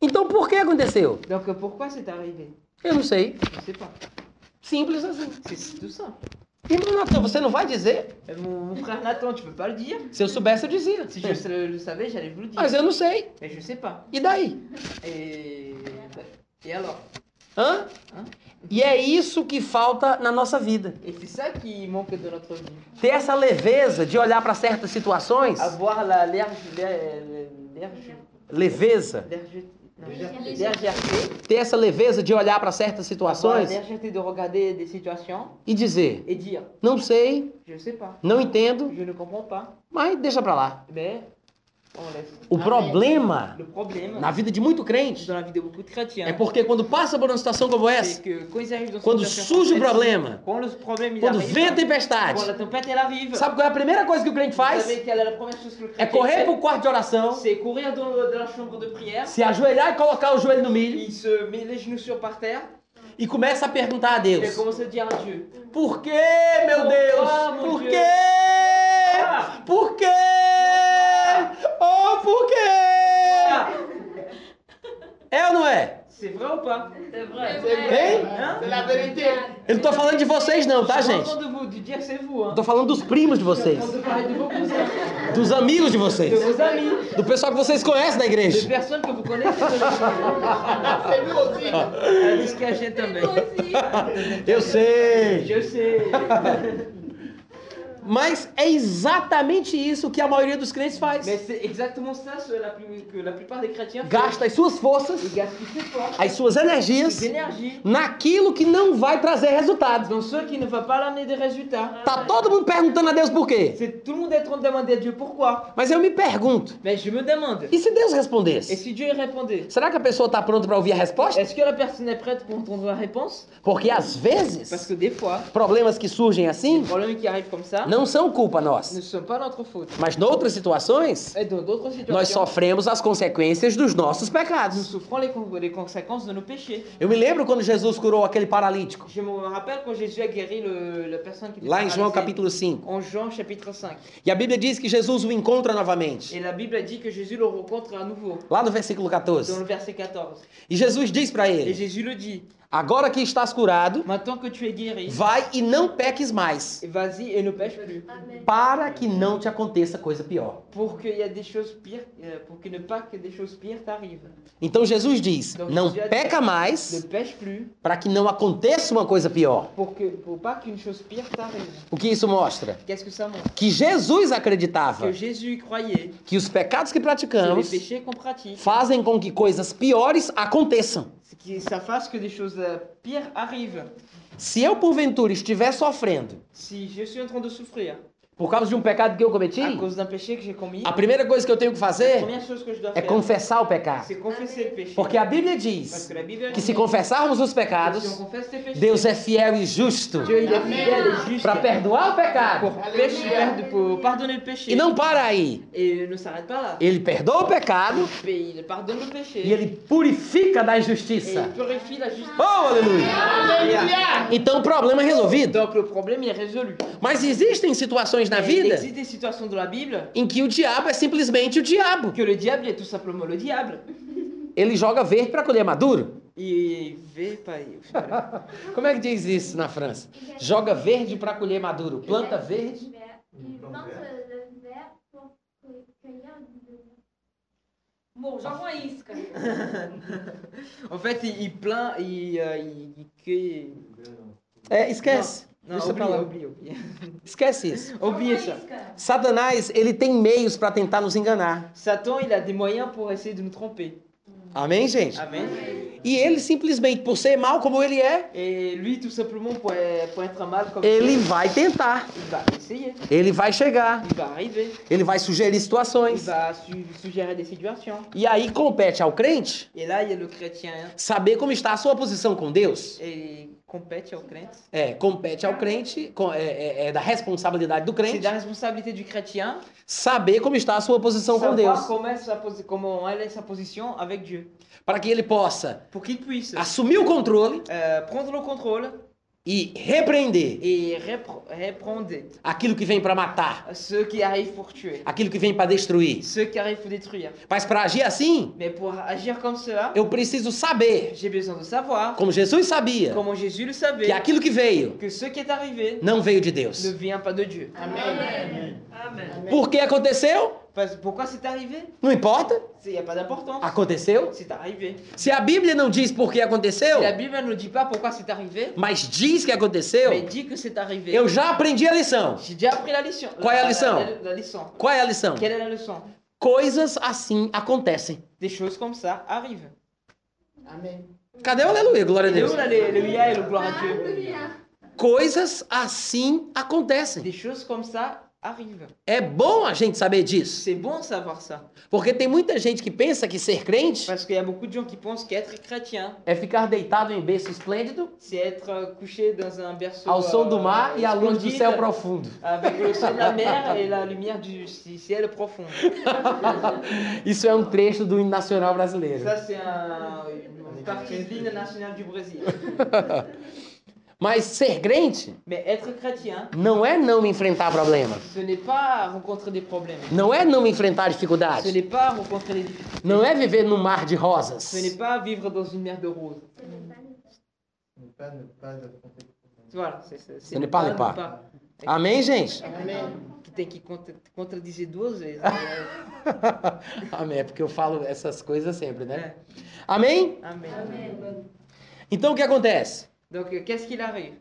S1: Então por que aconteceu?
S2: Donc euh, pourquoi c'est arrivé
S1: Eu não sei.
S2: Je ne sais pas.
S1: Simples assim.
S2: C'est- C'est tout ça.
S1: Irmão Natan, você não vai dizer?
S2: Euh, Mon, mon frère Nathan, tu peux pas le dire.
S1: Se eu soubesse, eu dizia.
S2: Si je le, le savais, j'allais vous le dire.
S1: Mas eu não sei.
S2: Mais je sais pas.
S1: E daí?
S2: Et, et alors
S1: Hã?
S2: Hã?
S1: E é isso que falta na nossa vida.
S2: Et c'est ça qui manque de notre vie.
S1: Ter essa leveza de olhar para certas situações.
S2: Avoir la l'air l'air- l'air-
S1: Leveza.
S2: l'air- non,
S6: Légèreté.
S2: légèreté.
S1: Ter essa leveza de olhar para certas
S2: Avoir la
S1: situações
S2: légèreté de regarder des situations
S1: e dizer:
S2: et dire
S1: não sei,
S2: je sais pas,
S1: não entendo,
S2: je ne comprends pas,
S1: mas deixa para lá.
S2: mais on laisse.
S1: O problema
S2: Le problème
S1: na vida de muito crente
S2: dans la vie de beaucoup de chrétiens,
S1: É porque quando passa por uma situação como essa,
S2: c'est que quand ils arrivent dans
S1: quando
S2: cette
S1: surge o
S2: situation,
S1: problema,
S2: quand le problème il
S1: quando
S2: arrive,
S1: vem a
S2: quand la
S1: tempestade,
S2: tempête elle arrive,
S1: sabe qual é a primeira coisa que o crente
S2: vous
S1: faz?
S2: savez quelle est la première chose que le
S1: É
S2: chrétien
S1: correr
S2: fait
S1: pro quarto de oração,
S2: C'est courir dans, dans la chambre de prière,
S1: se ajoelhar e colocar o joelho no milho
S2: il se met les genoux sur par terre,
S1: e começa a perguntar a
S2: et il
S1: Deus:
S2: commence à dire à Dieu.
S1: Por que, Ah, meu Deus? Ah. Por que? Por que? Oh, por que? É ou não é?
S2: Ah, C'est vrai ou pas
S6: É vrai.
S1: Hein?
S2: Hein
S4: C'est la vérité.
S1: Eu não tô falando de vocês, não, tá,
S2: Je suis en
S1: gente?
S2: train de vous de dire que c'est vous, hein
S1: Eu tô falando dos primos de vocês,
S2: On peut parler de vos cousins,
S1: dos amigos de
S2: de
S1: vocês,
S2: vos amis,
S1: do pessoal que vocês conhecem da
S2: de
S1: igreja.
S2: personnes que vous connaissez Ah, de la
S4: C'est nous aussi.
S2: famille. Eles que a gente também.
S1: Eu sei!
S2: Je sais.
S1: Mas é exatamente isso que a maioria dos crentes faz.
S2: Mais c'est exactement ça ce- la plus- que la plupart des chrétiens font.
S1: Gasta as suas
S2: Ils
S1: forças,
S2: gaspillent ses forces,
S1: as suas energias
S2: ses énergies
S1: naquilo que não vai trazer resultado.
S2: dans ceux qui ne vont pas l'amener des résultats.
S1: Tá todo mundo perguntando a Deus por quê?
S2: C'est tout le monde est en train de demander à Dieu pourquoi.
S1: Mas eu me pergunto,
S2: Mais je me demande,
S1: e se Deus
S2: et
S1: respondesse?
S2: si Dieu y répondait
S1: Será que a pessoa está pronta para ouvir a resposta?
S2: Est-ce que la personne est prête pour entendre la réponse
S1: Porque às
S2: Parce
S1: vezes,
S2: que des fois,
S1: problemas que surgem assim
S2: les problèmes qui arrivent comme ça
S1: não são culpa
S2: ne
S1: nossa.
S2: sont pas notre faute.
S1: Mas noutras situações,
S2: Et dans d'autres
S1: nós
S2: situations,
S1: sofremos as consequências dos nossos
S2: nous
S1: pecados.
S2: souffrons les, con- les conséquences de nos péchés.
S1: Eu me lembro quando Jesus curou aquele paralítico,
S2: Je me rappelle quand Jésus a guéri le, la personne qui était
S1: lá em João
S2: paralysée.
S1: capítulo 5.
S2: En Jean chapitre 5.
S1: E a Bíblia diz que Jesus o encontra novamente,
S2: Et la Bible dit que Jésus le rencontre à nouveau
S1: lá no versículo
S2: dans le
S1: 14.
S2: verset 14.
S1: E Jesus diz para
S2: Et
S1: ele:
S2: Jésus le dit,
S1: Agora que estás curado,
S2: maintenant que tu es guéri,
S1: vai e não peques mais,
S2: vas-y et ne pêche plus.
S1: para que não te aconteça coisa pior.
S2: Pour qu'il y ait des choses pires, euh, pour que ne pas que des choses pires t'arrivent.
S1: Então Jesus diz: Não peca
S2: Ne
S1: mais,
S2: pêche plus
S1: para que não aconteça uma coisa pior.
S2: pour, que, pour pas qu'une chose pire t'arrive.
S1: O que isso mostra?
S2: Qu'est-ce que ça montre
S1: Que Jesus
S2: Que
S1: acreditava
S2: Jésus croyait
S1: que os pecados que
S2: que les
S1: praticamos
S2: péchés qu'on pratique,
S1: fazem com que coisas piores aconteçam.
S2: c'est que ça fasse que des choses euh, pires arrivent.
S1: Se eu porventura estiver sofrendo
S2: Si je suis en train de souffrir
S1: Por causa de um pecado que eu cometi,
S2: À cause d'un péché que j'ai commis.
S1: a primeira coisa que eu tenho que
S2: La
S1: fazer
S2: première chose que je dois
S1: é
S2: faire,
S1: confessar o pecado.
S2: c'est confesser le péché.
S1: Porque a Bíblia
S2: Parce
S1: diz
S2: que la Bible
S1: que
S2: dit
S1: se confessarmos os
S2: que
S1: pecados,
S2: si on confesse les péchés,
S1: Deus é fiel e justo
S2: Dieu il est fiel et juste
S1: para perdoar o pecado.
S2: pour, pécher- perd- pour pardonner le péché.
S1: E não para aí.
S2: Et il ne s'arrête pas là.
S1: Ele perdoa o pecado
S2: Et il pardonne le péché.
S1: e ele purifica da
S2: Et
S1: injustiça.
S2: il purifie la justice.
S1: Oh, aleluia! Então o problema é resolvido.
S2: Donc le problème il est résolu.
S1: Mas existem situações na
S2: Mais Il
S1: vida
S2: existe des situations de la Bible
S1: em que o diabo é simplesmente o diabo.
S2: que le diable est tout simplement le diable.
S1: Ele joga verde para colher maduro.
S2: Il veut pas.
S1: Como é que diz isso na França? Joga verde para colher maduro. Planta verde.
S6: Bom, joga uma isca.
S2: En fait, il, il plaint, il, euh, il, il cueille-
S1: É, esquece.
S2: Non,
S1: Laisse
S2: oubliez,
S1: parler.
S2: oubliez, oubliez.
S1: Esquece isso.
S2: Oubliez
S6: Joga
S2: ça.
S6: uma isca.
S1: Satanás, ele tem meios para tentar nos enganar.
S2: Satan, il a des moyens pour essayer de nous tromper.
S1: Amém, gente?
S2: Amen.
S1: E ele simplesmente, por ser mal como ele é,
S2: Et lui, tout simplement, pour, pour être mal comme
S1: ele vai tentar.
S2: il va essayer.
S1: Ele vai chegar.
S2: Il va arriver.
S1: Ele vai sugerir
S2: Il
S1: situações.
S2: va su- suggérer des situations.
S1: E aí compete ao crente
S2: Et là, il y a le chrétien hein,
S1: saber como está a sua posição com Deus.
S2: et compète au crête.
S1: É, compete ao crente, com- é, é- é da responsabilidade do
S2: C'est
S1: crente,
S2: la responsabilité du chrétien
S1: saber como está a sua posição com Deus.
S2: savoir comment, elle sa posi- comment elle est sa position avec Dieu.
S1: Para que ele possa
S2: Pour qu'il puisse
S1: assumir o controle
S2: euh, prendre le contrôle
S1: e repreender
S2: et repre- reprendre
S1: aquilo que vem para matar,
S2: ceux qui arrivent pour tuer,
S1: aquilo que vem para destruir.
S2: ceux qui arrivent pour détruire.
S1: Mas para agir assim,
S2: Mais pour agir comme cela,
S1: eu preciso saber,
S2: j'ai besoin de savoir,
S1: como Jesus sabia,
S2: comment Jésus le
S1: que
S2: savait,
S1: aquilo que veio
S2: que ce qui est arrivé
S1: não veio de Deus.
S2: ne vient pas de Dieu.
S1: Por que aconteceu?
S2: Parce- pourquoi c'est arrivé
S1: Não importa.
S2: Il n'y a pas d'importance.
S1: Aconteceu.
S2: C'est arrivé.
S1: Se a Bíblia não diz por que aconteceu,
S2: La Bible ne nous dit pas pourquoi c'est arrivé,
S1: mas diz que
S2: mais
S1: aconteceu,
S2: dit que c'est arrivé.
S1: eu já aprendi a lição.
S2: J'ai déjà appris la leçon.
S1: Quoi est la
S2: La-
S1: leçon
S2: la- la- la leçon.
S1: Qual é a lição?
S2: Quelle est la leçon
S1: Coisas assim acontecem.
S2: Des choses comme ça arrivent.
S4: Amém.
S1: Cadê o aleluia? Glória a
S2: Et
S1: Deus.
S2: où là, les- le IA et le gloire à Dieu
S6: Aleluia.
S1: Coisas assim acontecem.
S2: Des choses comme ça arrivent.
S1: É bom a gente saber disso.
S2: C'est bon de savoir ça.
S1: Porque tem muita gente que pensa que ser crente
S2: Parce qu'il y a beaucoup de gens qui pensent qu'être chrétien,
S1: é ficar deitado em berço esplêndido,
S2: c'est être euh, couché dans un berceau.
S1: ao som do
S2: euh,
S1: mar e à luz do
S2: splendide,
S1: céu profundo.
S2: Avec le son de la mer et la lumière du c- ciel profond.
S1: Isso é um trecho do hino nacional brasileiro.
S2: Ça, c'est un, une partie de l'hymne national du Brésil.
S1: Mas ser crente
S2: Mais être chrétien,
S1: não é não enfrentar problema.
S2: ce n'est pas rencontrer des problèmes.
S1: Não é não enfrentar
S2: Ce
S1: dificuldade.
S2: n'est pas rencontrer des difficultés.
S1: Não é viver num mar de
S2: Ce n'est
S1: rosas.
S2: pas vivre dans une mer de roses.
S4: Pá, pá, pá.
S2: Voilà, c'est c'est-
S1: Ce n'est pas le pas. Amém, gente?
S4: Amém.
S2: Qui tem que contra- contradizer duas vezes. euh,
S1: Amém, é porque eu falo essas coisas sempre, né?
S2: É.
S1: Amém?
S2: Amém.
S1: Então o que acontece?
S2: Donc, euh, qu'est-ce qu'il arrive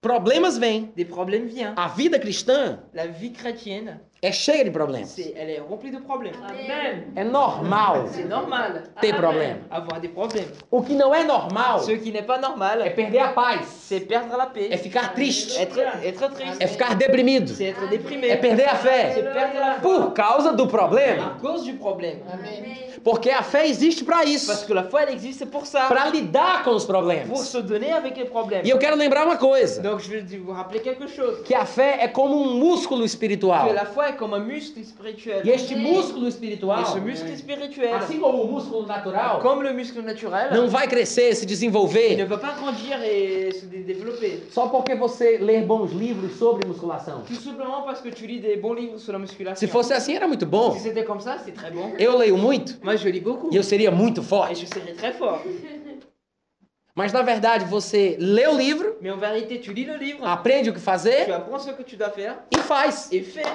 S1: Problemas vêm.
S2: Des problèmes viennent.
S1: A vida cristã
S2: La vie chrétienne,
S1: é cheia de problemas.
S2: c'est, elle est remplie de problèmes.
S6: Amém.
S1: É normal
S2: C'est normal
S1: ter problema.
S2: avoir des problèmes.
S1: O que não é normal
S2: Ce qui n'est pas
S1: é
S2: normal,
S1: perder a paz,
S2: c'est perdre la
S1: é
S2: paix,
S1: ficar triste,
S2: être, être triste,
S1: é ficar deprimido,
S2: c'est être
S1: é
S2: déprimé,
S1: perder a
S2: c'est
S1: fé
S2: perdre la foi
S1: por causa do problema.
S2: à cause du problème.
S1: Porque a fé existe para
S2: Parce
S1: isso,
S2: que la foi, elle existe pour ça,
S1: para lidar com os
S2: pour
S1: problemas.
S2: se donner avec les problèmes.
S1: E eu quero lembrar uma coisa,
S2: Donc, je vais vous rappeler quelque chose.
S1: que a fé é como um músculo espiritual.
S2: Que la foi est comme un muscle spirituel.
S1: E este músculo espiritual,
S2: Et ce muscle spirituel,
S1: assim como o músculo natural,
S2: comme le muscle naturel,
S1: não vai crescer, se
S2: il ne
S1: desenvolver
S2: va pas grandir et se dé- développer.
S1: só porque você ler bons livros sobre musculação.
S2: Tout simplement parce que tu lis des bons livres sur la
S1: Se
S2: musculation.
S1: fosse assim, era muito bom.
S2: Si c'était comme ça, c'est très bon.
S1: Eu leio muito
S2: Moi, je lis beaucoup.
S1: e eu seria muito
S2: Et
S1: forte.
S2: je serai très fort.
S1: Mas na verdade, você lê o livro,
S2: Mais en vérité, tu lis le livre,
S1: aprende o que
S2: tu
S1: fazer
S2: apprends ce que tu dois faire
S1: e faz.
S2: et fais.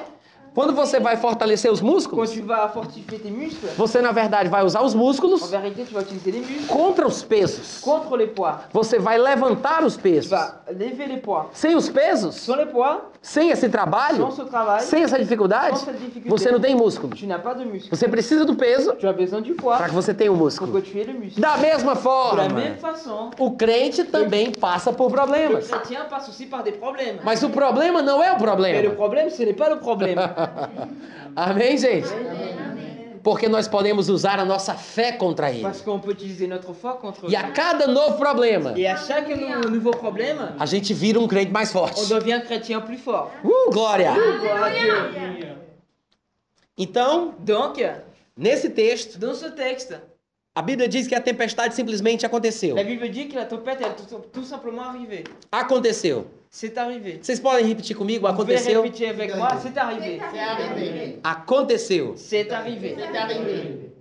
S1: Quando você vai fortalecer os
S2: Quand
S1: músculos,
S2: tu vas fortifier tes muscles,
S1: você na verdade vai usar os
S2: en
S1: músculos
S2: vérité, tu vas utiliser les muscles
S1: contra os pesos.
S2: contre les poids.
S1: Você vai levantar os
S2: Tu
S1: pesos.
S2: vas lever les poids.
S1: Sem os pesos,
S2: Sans les poids,
S1: Sem esse trabalho,
S2: Sans ce travail,
S1: sem essa dificuldade,
S2: sans cette difficulté,
S1: você não tem músculo.
S2: tu n'as pas de muscle.
S1: Você precisa do peso
S2: Tu as besoin du
S1: para
S2: poids
S1: que você tenha o
S2: pour
S1: músculo.
S2: que tu aies le muscle.
S1: Da mesma
S2: De la
S1: forma,
S2: même façon,
S1: o crente também passa por
S2: le
S1: problemas.
S2: chrétien passe aussi par des problèmes.
S1: Mas o problema não é o
S2: Mais le
S1: problema.
S2: problème, ce n'est pas le problème.
S1: Amém, gente? Porque nós podemos usar a nossa fé contra ele.
S2: Parce qu'on peut utiliser notre foi contre
S1: E a cada novo problema,
S2: Et à chaque nou- nouveau problème,
S1: a gente vira um crente mais forte.
S2: on devient chrétien plus fort.
S1: Uh, glória!
S2: Gloire à Dieu.
S1: Então,
S2: Donc,
S1: nesse texto,
S2: dans ce texte,
S1: a Bíblia diz que a tempestade simplesmente aconteceu.
S2: la Bible dit que la tempête elle est tout, tout simplement arrivée.
S1: Aconteceu.
S2: C'est arrivé.
S1: Vocês podem repetir comigo?
S2: Vous pouvez
S1: Aconteceu.
S2: répéter avec moi, c'est arrivé.
S6: C'est arrivé.
S1: Aconteceu.
S2: C'est arrivé.
S6: C'est arrivé.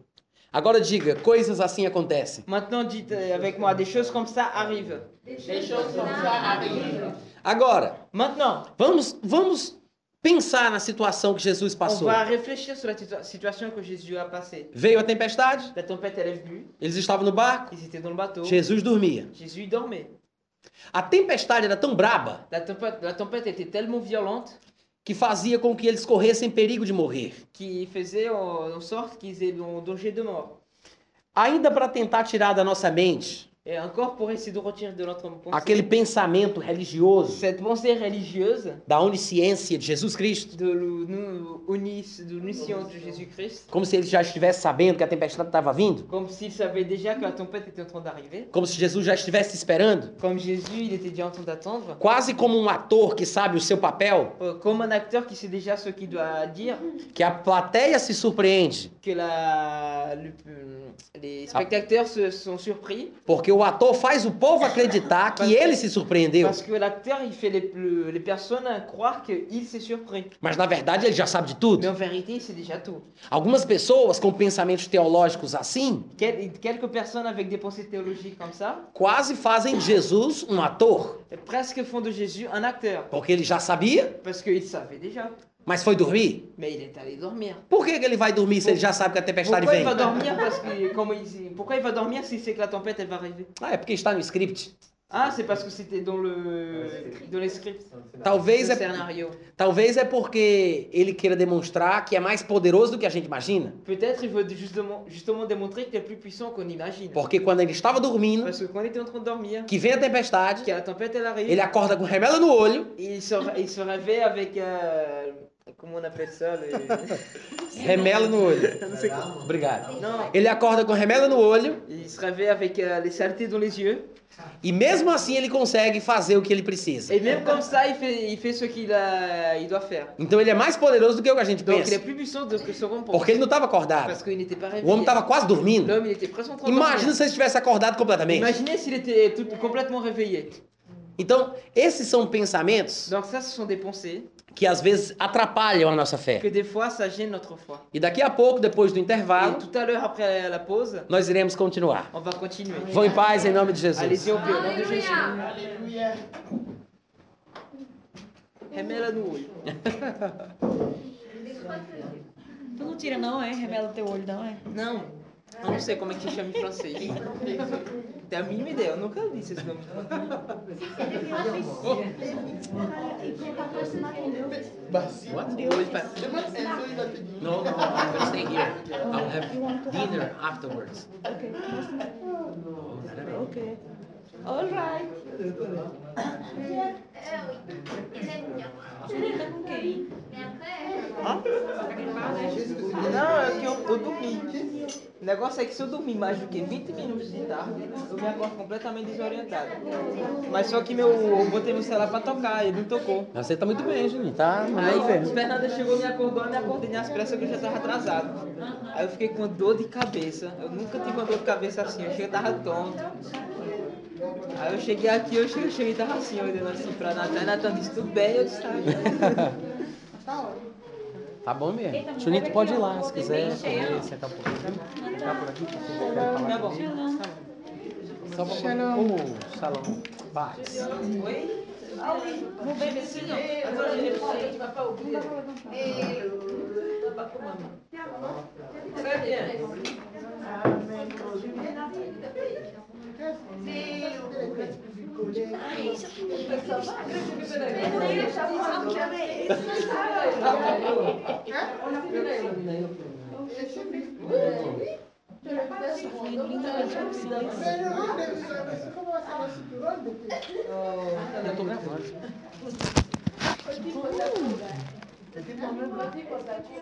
S1: Agora diga, coisas assim acontecem.
S2: Maintenant, dites euh, avec moi, des choses comme ça arrivent.
S6: Des choses comme ça arrivent.
S1: Agora,
S2: Maintenant,
S1: vamos, vamos pensar na situação que Jesus
S2: on
S1: passou.
S2: va réfléchir sur la situa- situation que Jésus a passée.
S1: Veio a tempestade,
S2: La tempête, elle est venue.
S1: eles estavam no barco,
S2: Ils étaient dans le bateau.
S1: Jesus dormia.
S2: Jésus dormait.
S1: A tempestade era tão braba
S2: La tempête, la tempête était tellement violente
S1: que fazia com que eles corressem perigo de morrer.
S2: qui faisait en, en sorte qu'ils aient en danger de mort.
S1: Ainda para tentar tirar da nossa mente
S2: Et encore pour essayer de retirer de notre pensée
S1: aquele pensamento religioso
S2: cette pensée religieuse
S1: da onisciência de Jesus Cristo,
S2: de l'o- nous- unis- de l'uniscience de Jésus-Christ,
S1: como se ele já estivesse sabendo que a tempestade estava vindo,
S2: comme s'il savait déjà que la tempête était en train d'arriver,
S1: como se Jesus já estivesse esperando,
S2: comme Jésus, il était déjà en train d'attendre,
S1: quase como um ator que sabe o seu papel,
S2: euh, comme un acteur qui sait déjà ce qu'il doit dire,
S1: que a plateia se surpreende
S2: que la, le- euh, les spectateurs se sont surpris,
S1: Porque o ator faz o povo acreditar que ele se surpreendeu.
S2: parce que l'acteur, il fait les, le- les personnes croire qu'il s'est surpris.
S1: Mas na verdade ele já sabe de
S2: Mais en
S1: tudo.
S2: vérité, il sait déjà tout.
S1: Algumas pessoas com pensamentos teológicos assim
S2: Quel- Quelques personnes avec des pensées théologiques comme ça,
S1: quase fazem de Jesus um ator.
S2: presque font de Jésus un acteur,
S1: Porque ele já sabia,
S2: parce qu'il savait déjà.
S1: mas foi dormir.
S2: Mais il est allé dormir.
S1: Por que, que ele vai dormir se ele já sabe que a tempestade
S2: Pourquoi
S1: vem?
S2: il va dormir parce que, comme il- pourquoi il va dormir s'il sait que la tempête elle va arriver
S1: Ah, é porque está no script.
S2: Ah, c'est parce que c'était dans le dans les scripts,
S1: Talvez
S2: le
S1: é,
S2: scénario.
S1: talvez é porque ele queira demonstrar que é mais poderoso do que a gente imagina.
S2: Peut-être il veut justement justement démontrer qu'il est plus puissant qu'on imagine.
S1: Porque quando ele estava dormindo,
S2: Parce que quand il était en train de dormir,
S1: que vem a tempestade,
S2: que la tempête elle arrive,
S1: ele acorda com remela no olho,
S2: il se il se réveille avec euh, comment on appelle ça le...
S1: remela no olho.
S6: Alarme.
S1: Obrigado.
S2: Non,
S1: Ele acorda com remela no olho
S2: il se réveille avec euh, les saletés dans les yeux.
S1: e mesmo assim ele consegue fazer o que ele precisa.
S2: Et même comme ça, il fait il fait ce qu'il a il doit faire.
S1: Então ele é mais poderoso do que o que a gente
S2: Donc il est
S1: pensa.
S2: plus puissant de- que ce qu'on pense.
S1: Porque ele não estava
S2: Parce
S1: acordado.
S2: qu'il n'était pas
S1: O
S2: réveillé.
S1: homem estava quase dormindo.
S2: L'homme, il était presque en train de
S1: Imagina
S2: dormir.
S1: se ele estivesse acordado completamente.
S2: Imaginez s'il était tout- complètement réveillé.
S1: Então, esses são pensamentos
S2: Donc ça, ce sont des pensées
S1: que às vezes atrapalham a nossa
S2: que
S1: fé.
S2: des fois, ça gêne notre foi.
S1: E daqui a pouco, depois do
S2: Et
S1: intervalo,
S2: tout à l'heure, après la pause,
S1: nós iremos continuar.
S2: on va continuer.
S1: Vão em paz em nome de Jesus.
S2: Allez-y, on peut. Au nom de Jésus.
S6: Alléluia.
S5: Alléluia.
S2: Remets-la Eh, nous.
S5: Tu não tira, não, é? Remela o teu olho, não, é?
S2: Non. On ne sait comment il chama em français. T'as a mínima ideia, eu nunca ouvi esse nome.
S6: Bah, si.
S2: Hoje faz-
S6: Demande si Enzo, il va te dire.
S1: No, no, I'll stay here. I'll have dinner afterwards.
S5: All right. tá Com quem?
S2: Não, é que eu, eu dormi. O negócio é que se eu dormir mais do que 20 minutos de tarde, eu me acordo completamente desorientado. Mas só que meu, eu botei meu celular pra tocar, ele não tocou.
S1: Mas Você tá muito bem, Juninho. Tá
S2: Aí
S1: mandando
S2: o
S1: ver.
S2: Fernanda chegou, me acordou, eu me acordei nas pressas que eu já tava atrasado. Aí eu fiquei com dor de cabeça. Eu nunca tive uma dor de cabeça assim, eu cheguei tava tonto. Aí eu cheguei aqui, eu cheguei, eu cheguei tava assim, olhando assim pra Natan. Natan disse, tudo bem, eu disse, tá.
S1: Tá bom mesmo. Juninho, tu pode ir lá se quiser. Pode sentar um pouquinho.
S2: Tá bom.
S1: Só pra Shalom. Shalom. Paz.
S2: Oi?
S5: Vou beber sim, não.
S2: Agora eu reparei, tu vai pra ouvir. Très bien.
S6: Qu'est-ce que c'est que Eu tô gravando.